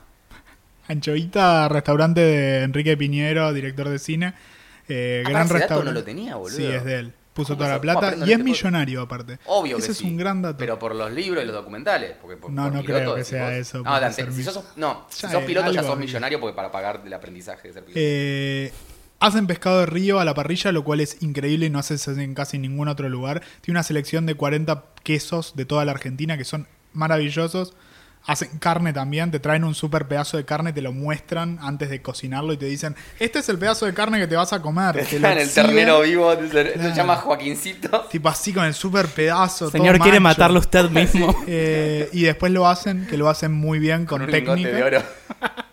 C: Anchoita, restaurante de Enrique Piñero, director de cine. Eh,
B: Ah,
C: gran
B: ese dato
C: restaurante.
B: no lo tenía, boludo.
C: Sí, es de él. Puso
B: ¿Cómo
C: toda la
B: se-
C: plata
B: cómo aprendo
C: y es
B: en este podcast?
C: millonario aparte.
B: Obvio
C: Ese
B: que
C: es
B: sí.
C: un gran dato.
B: Pero por los libros y los documentales. Porque por,
C: No,
B: por
C: no
B: piloto,
C: creo que
B: decís
C: sea
B: vos.
C: eso,
B: No, de
C: por
B: ante- si
C: servicio.
B: sos, no, si
C: Ya,
B: sos
C: eh,
B: piloto ya
C: algo
B: sos
C: había.
B: millonario porque para pagar el aprendizaje de ser piloto.
C: Eh, hacen pescado de río a la parrilla, lo cual es increíble y no haces en casi ningún otro lugar. Tiene una selección de 40 quesos de toda la Argentina que son maravillosos. Hacen carne también, te traen un super pedazo de carne, te lo muestran antes de cocinarlo y te dicen, este es el pedazo de carne que te vas a comer. Te
B: en
C: lo
B: el
C: exhiben,
B: ternero vivo, se, se
C: Claro.
B: llama Joaquincito.
C: Tipo así con el super pedazo.
D: Señor,
C: todo
D: quiere
C: macho.
D: matarlo usted mismo.
C: Eh, y después lo hacen, que lo hacen muy bien con,
B: Con un lingote
C: técnica.
B: de oro.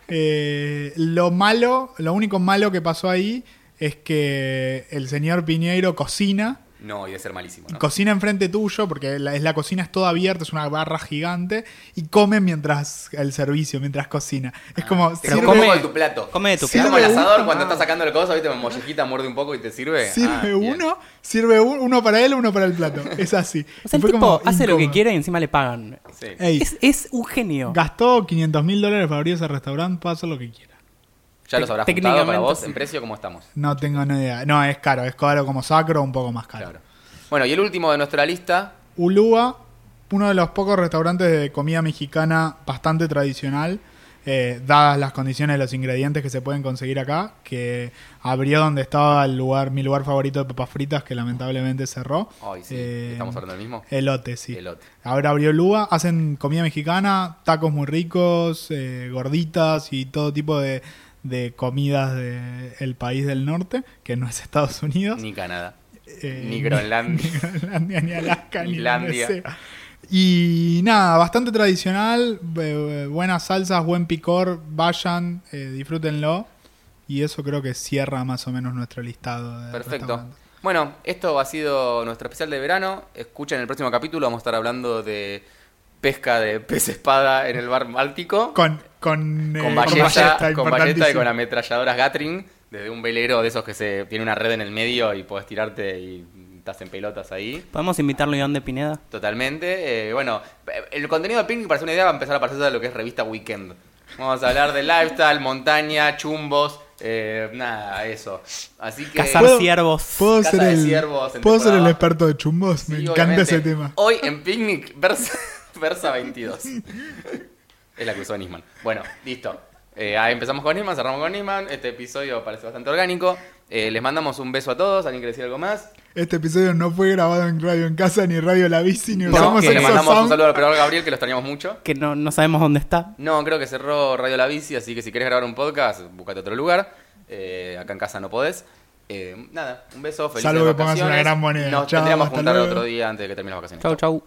C: Eh, lo malo, lo único malo que pasó ahí es que el señor Piñeiro cocina.
B: No, y debe ser malísimo, ¿no?
C: Cocina enfrente tuyo, porque la, es la cocina es toda abierta, es una barra gigante, y come mientras el servicio, mientras cocina. Es como,
B: Te
C: sirve-
B: come un poco de tu plato.
D: come de tu
B: Es como
C: plato.
B: el
C: Sirve
B: asador
C: uno.
B: cuando estás sacando la cosa, viste, mollejita, muerde un poco y te sirve. Ah,
C: sirve
B: bien.
C: uno, sirve un- uno para él, uno para el plato. Es así.
D: O sea, el
C: Fue
D: tipo
C: como
D: hace lo que
C: incómodo.
D: quiere y encima le pagan.
B: Sí.
C: Ey,
D: Es, es un genio.
C: gastó 500 mil dólares para abrir ese restaurante, puede hacer lo que quiera.
B: ¿Ya los habrás
D: Técnicamente,
B: juntado para vos?
D: sí.
B: ¿En precio cómo estamos?
C: No tengo ni idea. No, es caro, es caro como sacro, un poco más caro.
B: Claro. Bueno, y el último de nuestra lista.
C: Ulúa, uno de los pocos restaurantes de comida mexicana bastante tradicional, eh, dadas las condiciones, los ingredientes que se pueden conseguir acá, que abrió donde estaba el lugar, mi lugar favorito de papas fritas, que lamentablemente cerró.
B: Ay, sí.
C: Eh,
B: ¿Estamos hablando del mismo?
C: Elote, sí.
B: Elote.
C: Ahora abrió Lua, hacen comida mexicana, tacos muy ricos, eh, gorditas y todo tipo de, de comidas del país del norte, que no es Estados Unidos.
B: Ni Canadá.
C: Eh,
B: Ni Groenlandia.
C: Ni Groenlandia, ni Alaska, ni donde
B: Islandia.
C: sea. Y nada, bastante tradicional, eh, buenas salsas, buen picor, vayan, eh, disfrútenlo. Y eso creo que cierra más o menos nuestro listado. de
B: Perfecto.
C: restaurantes.
B: Bueno, esto ha sido nuestro especial de verano. Escuchen el próximo capítulo. Vamos a estar hablando de pesca de pez espada en el bar báltico.
C: Con, con, eh,
B: con ballesta, con ballesta y
C: importantísimo.
B: con ametralladoras Gatling, desde un velero de esos que se tiene una red en el medio y podés tirarte y estás en pelotas ahí.
D: ¿Podemos invitarlo a Iván de Pineda?
B: Totalmente. eh, bueno, el contenido de Picnic, para hacer una idea, va a empezar a aparecer de lo que es revista Weekend. Vamos a hablar de lifestyle, montaña, chumbos, eh, nada, eso. Así que...
D: Cazar
C: ¿Puedo-
D: ciervos.
C: ¿Puedo,
B: Casa
C: ser
B: de
C: el,
B: ciervos en
C: ¿puedo ser el
B: temporada.
C: experto de chumbos?
B: Sí,
C: Me
B: obviamente.
C: encanta ese tema.
B: Hoy en Picnic, versa, versa 22. Es la que usó Nisman. Bueno, listo. Eh, ahí empezamos con Nisman, cerramos con Nisman. Este episodio parece bastante orgánico. Eh, les mandamos un beso a todos. ¿Alguien quiere decir algo más?
C: Este episodio no fue grabado en Radio en Casa, ni Radio La Bici, ni usamos
B: le mandamos un
C: Exosound.
B: saludo al operador Gabriel, que lo extrañamos mucho.
D: Que no, no sabemos dónde está.
B: No, creo que cerró Radio La Bici, así que si querés grabar un podcast, búscate otro lugar. Eh, acá en casa no podés. Eh, nada, un beso, felices
C: Salvo que pongas
B: vacaciones.
C: una gran moneda.
B: Nos
C: Chao,
B: tendríamos que
C: hasta
B: juntar
C: luego.
B: otro día antes de que terminen las vacaciones.
D: Chau, chau.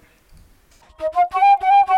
E: Thank you.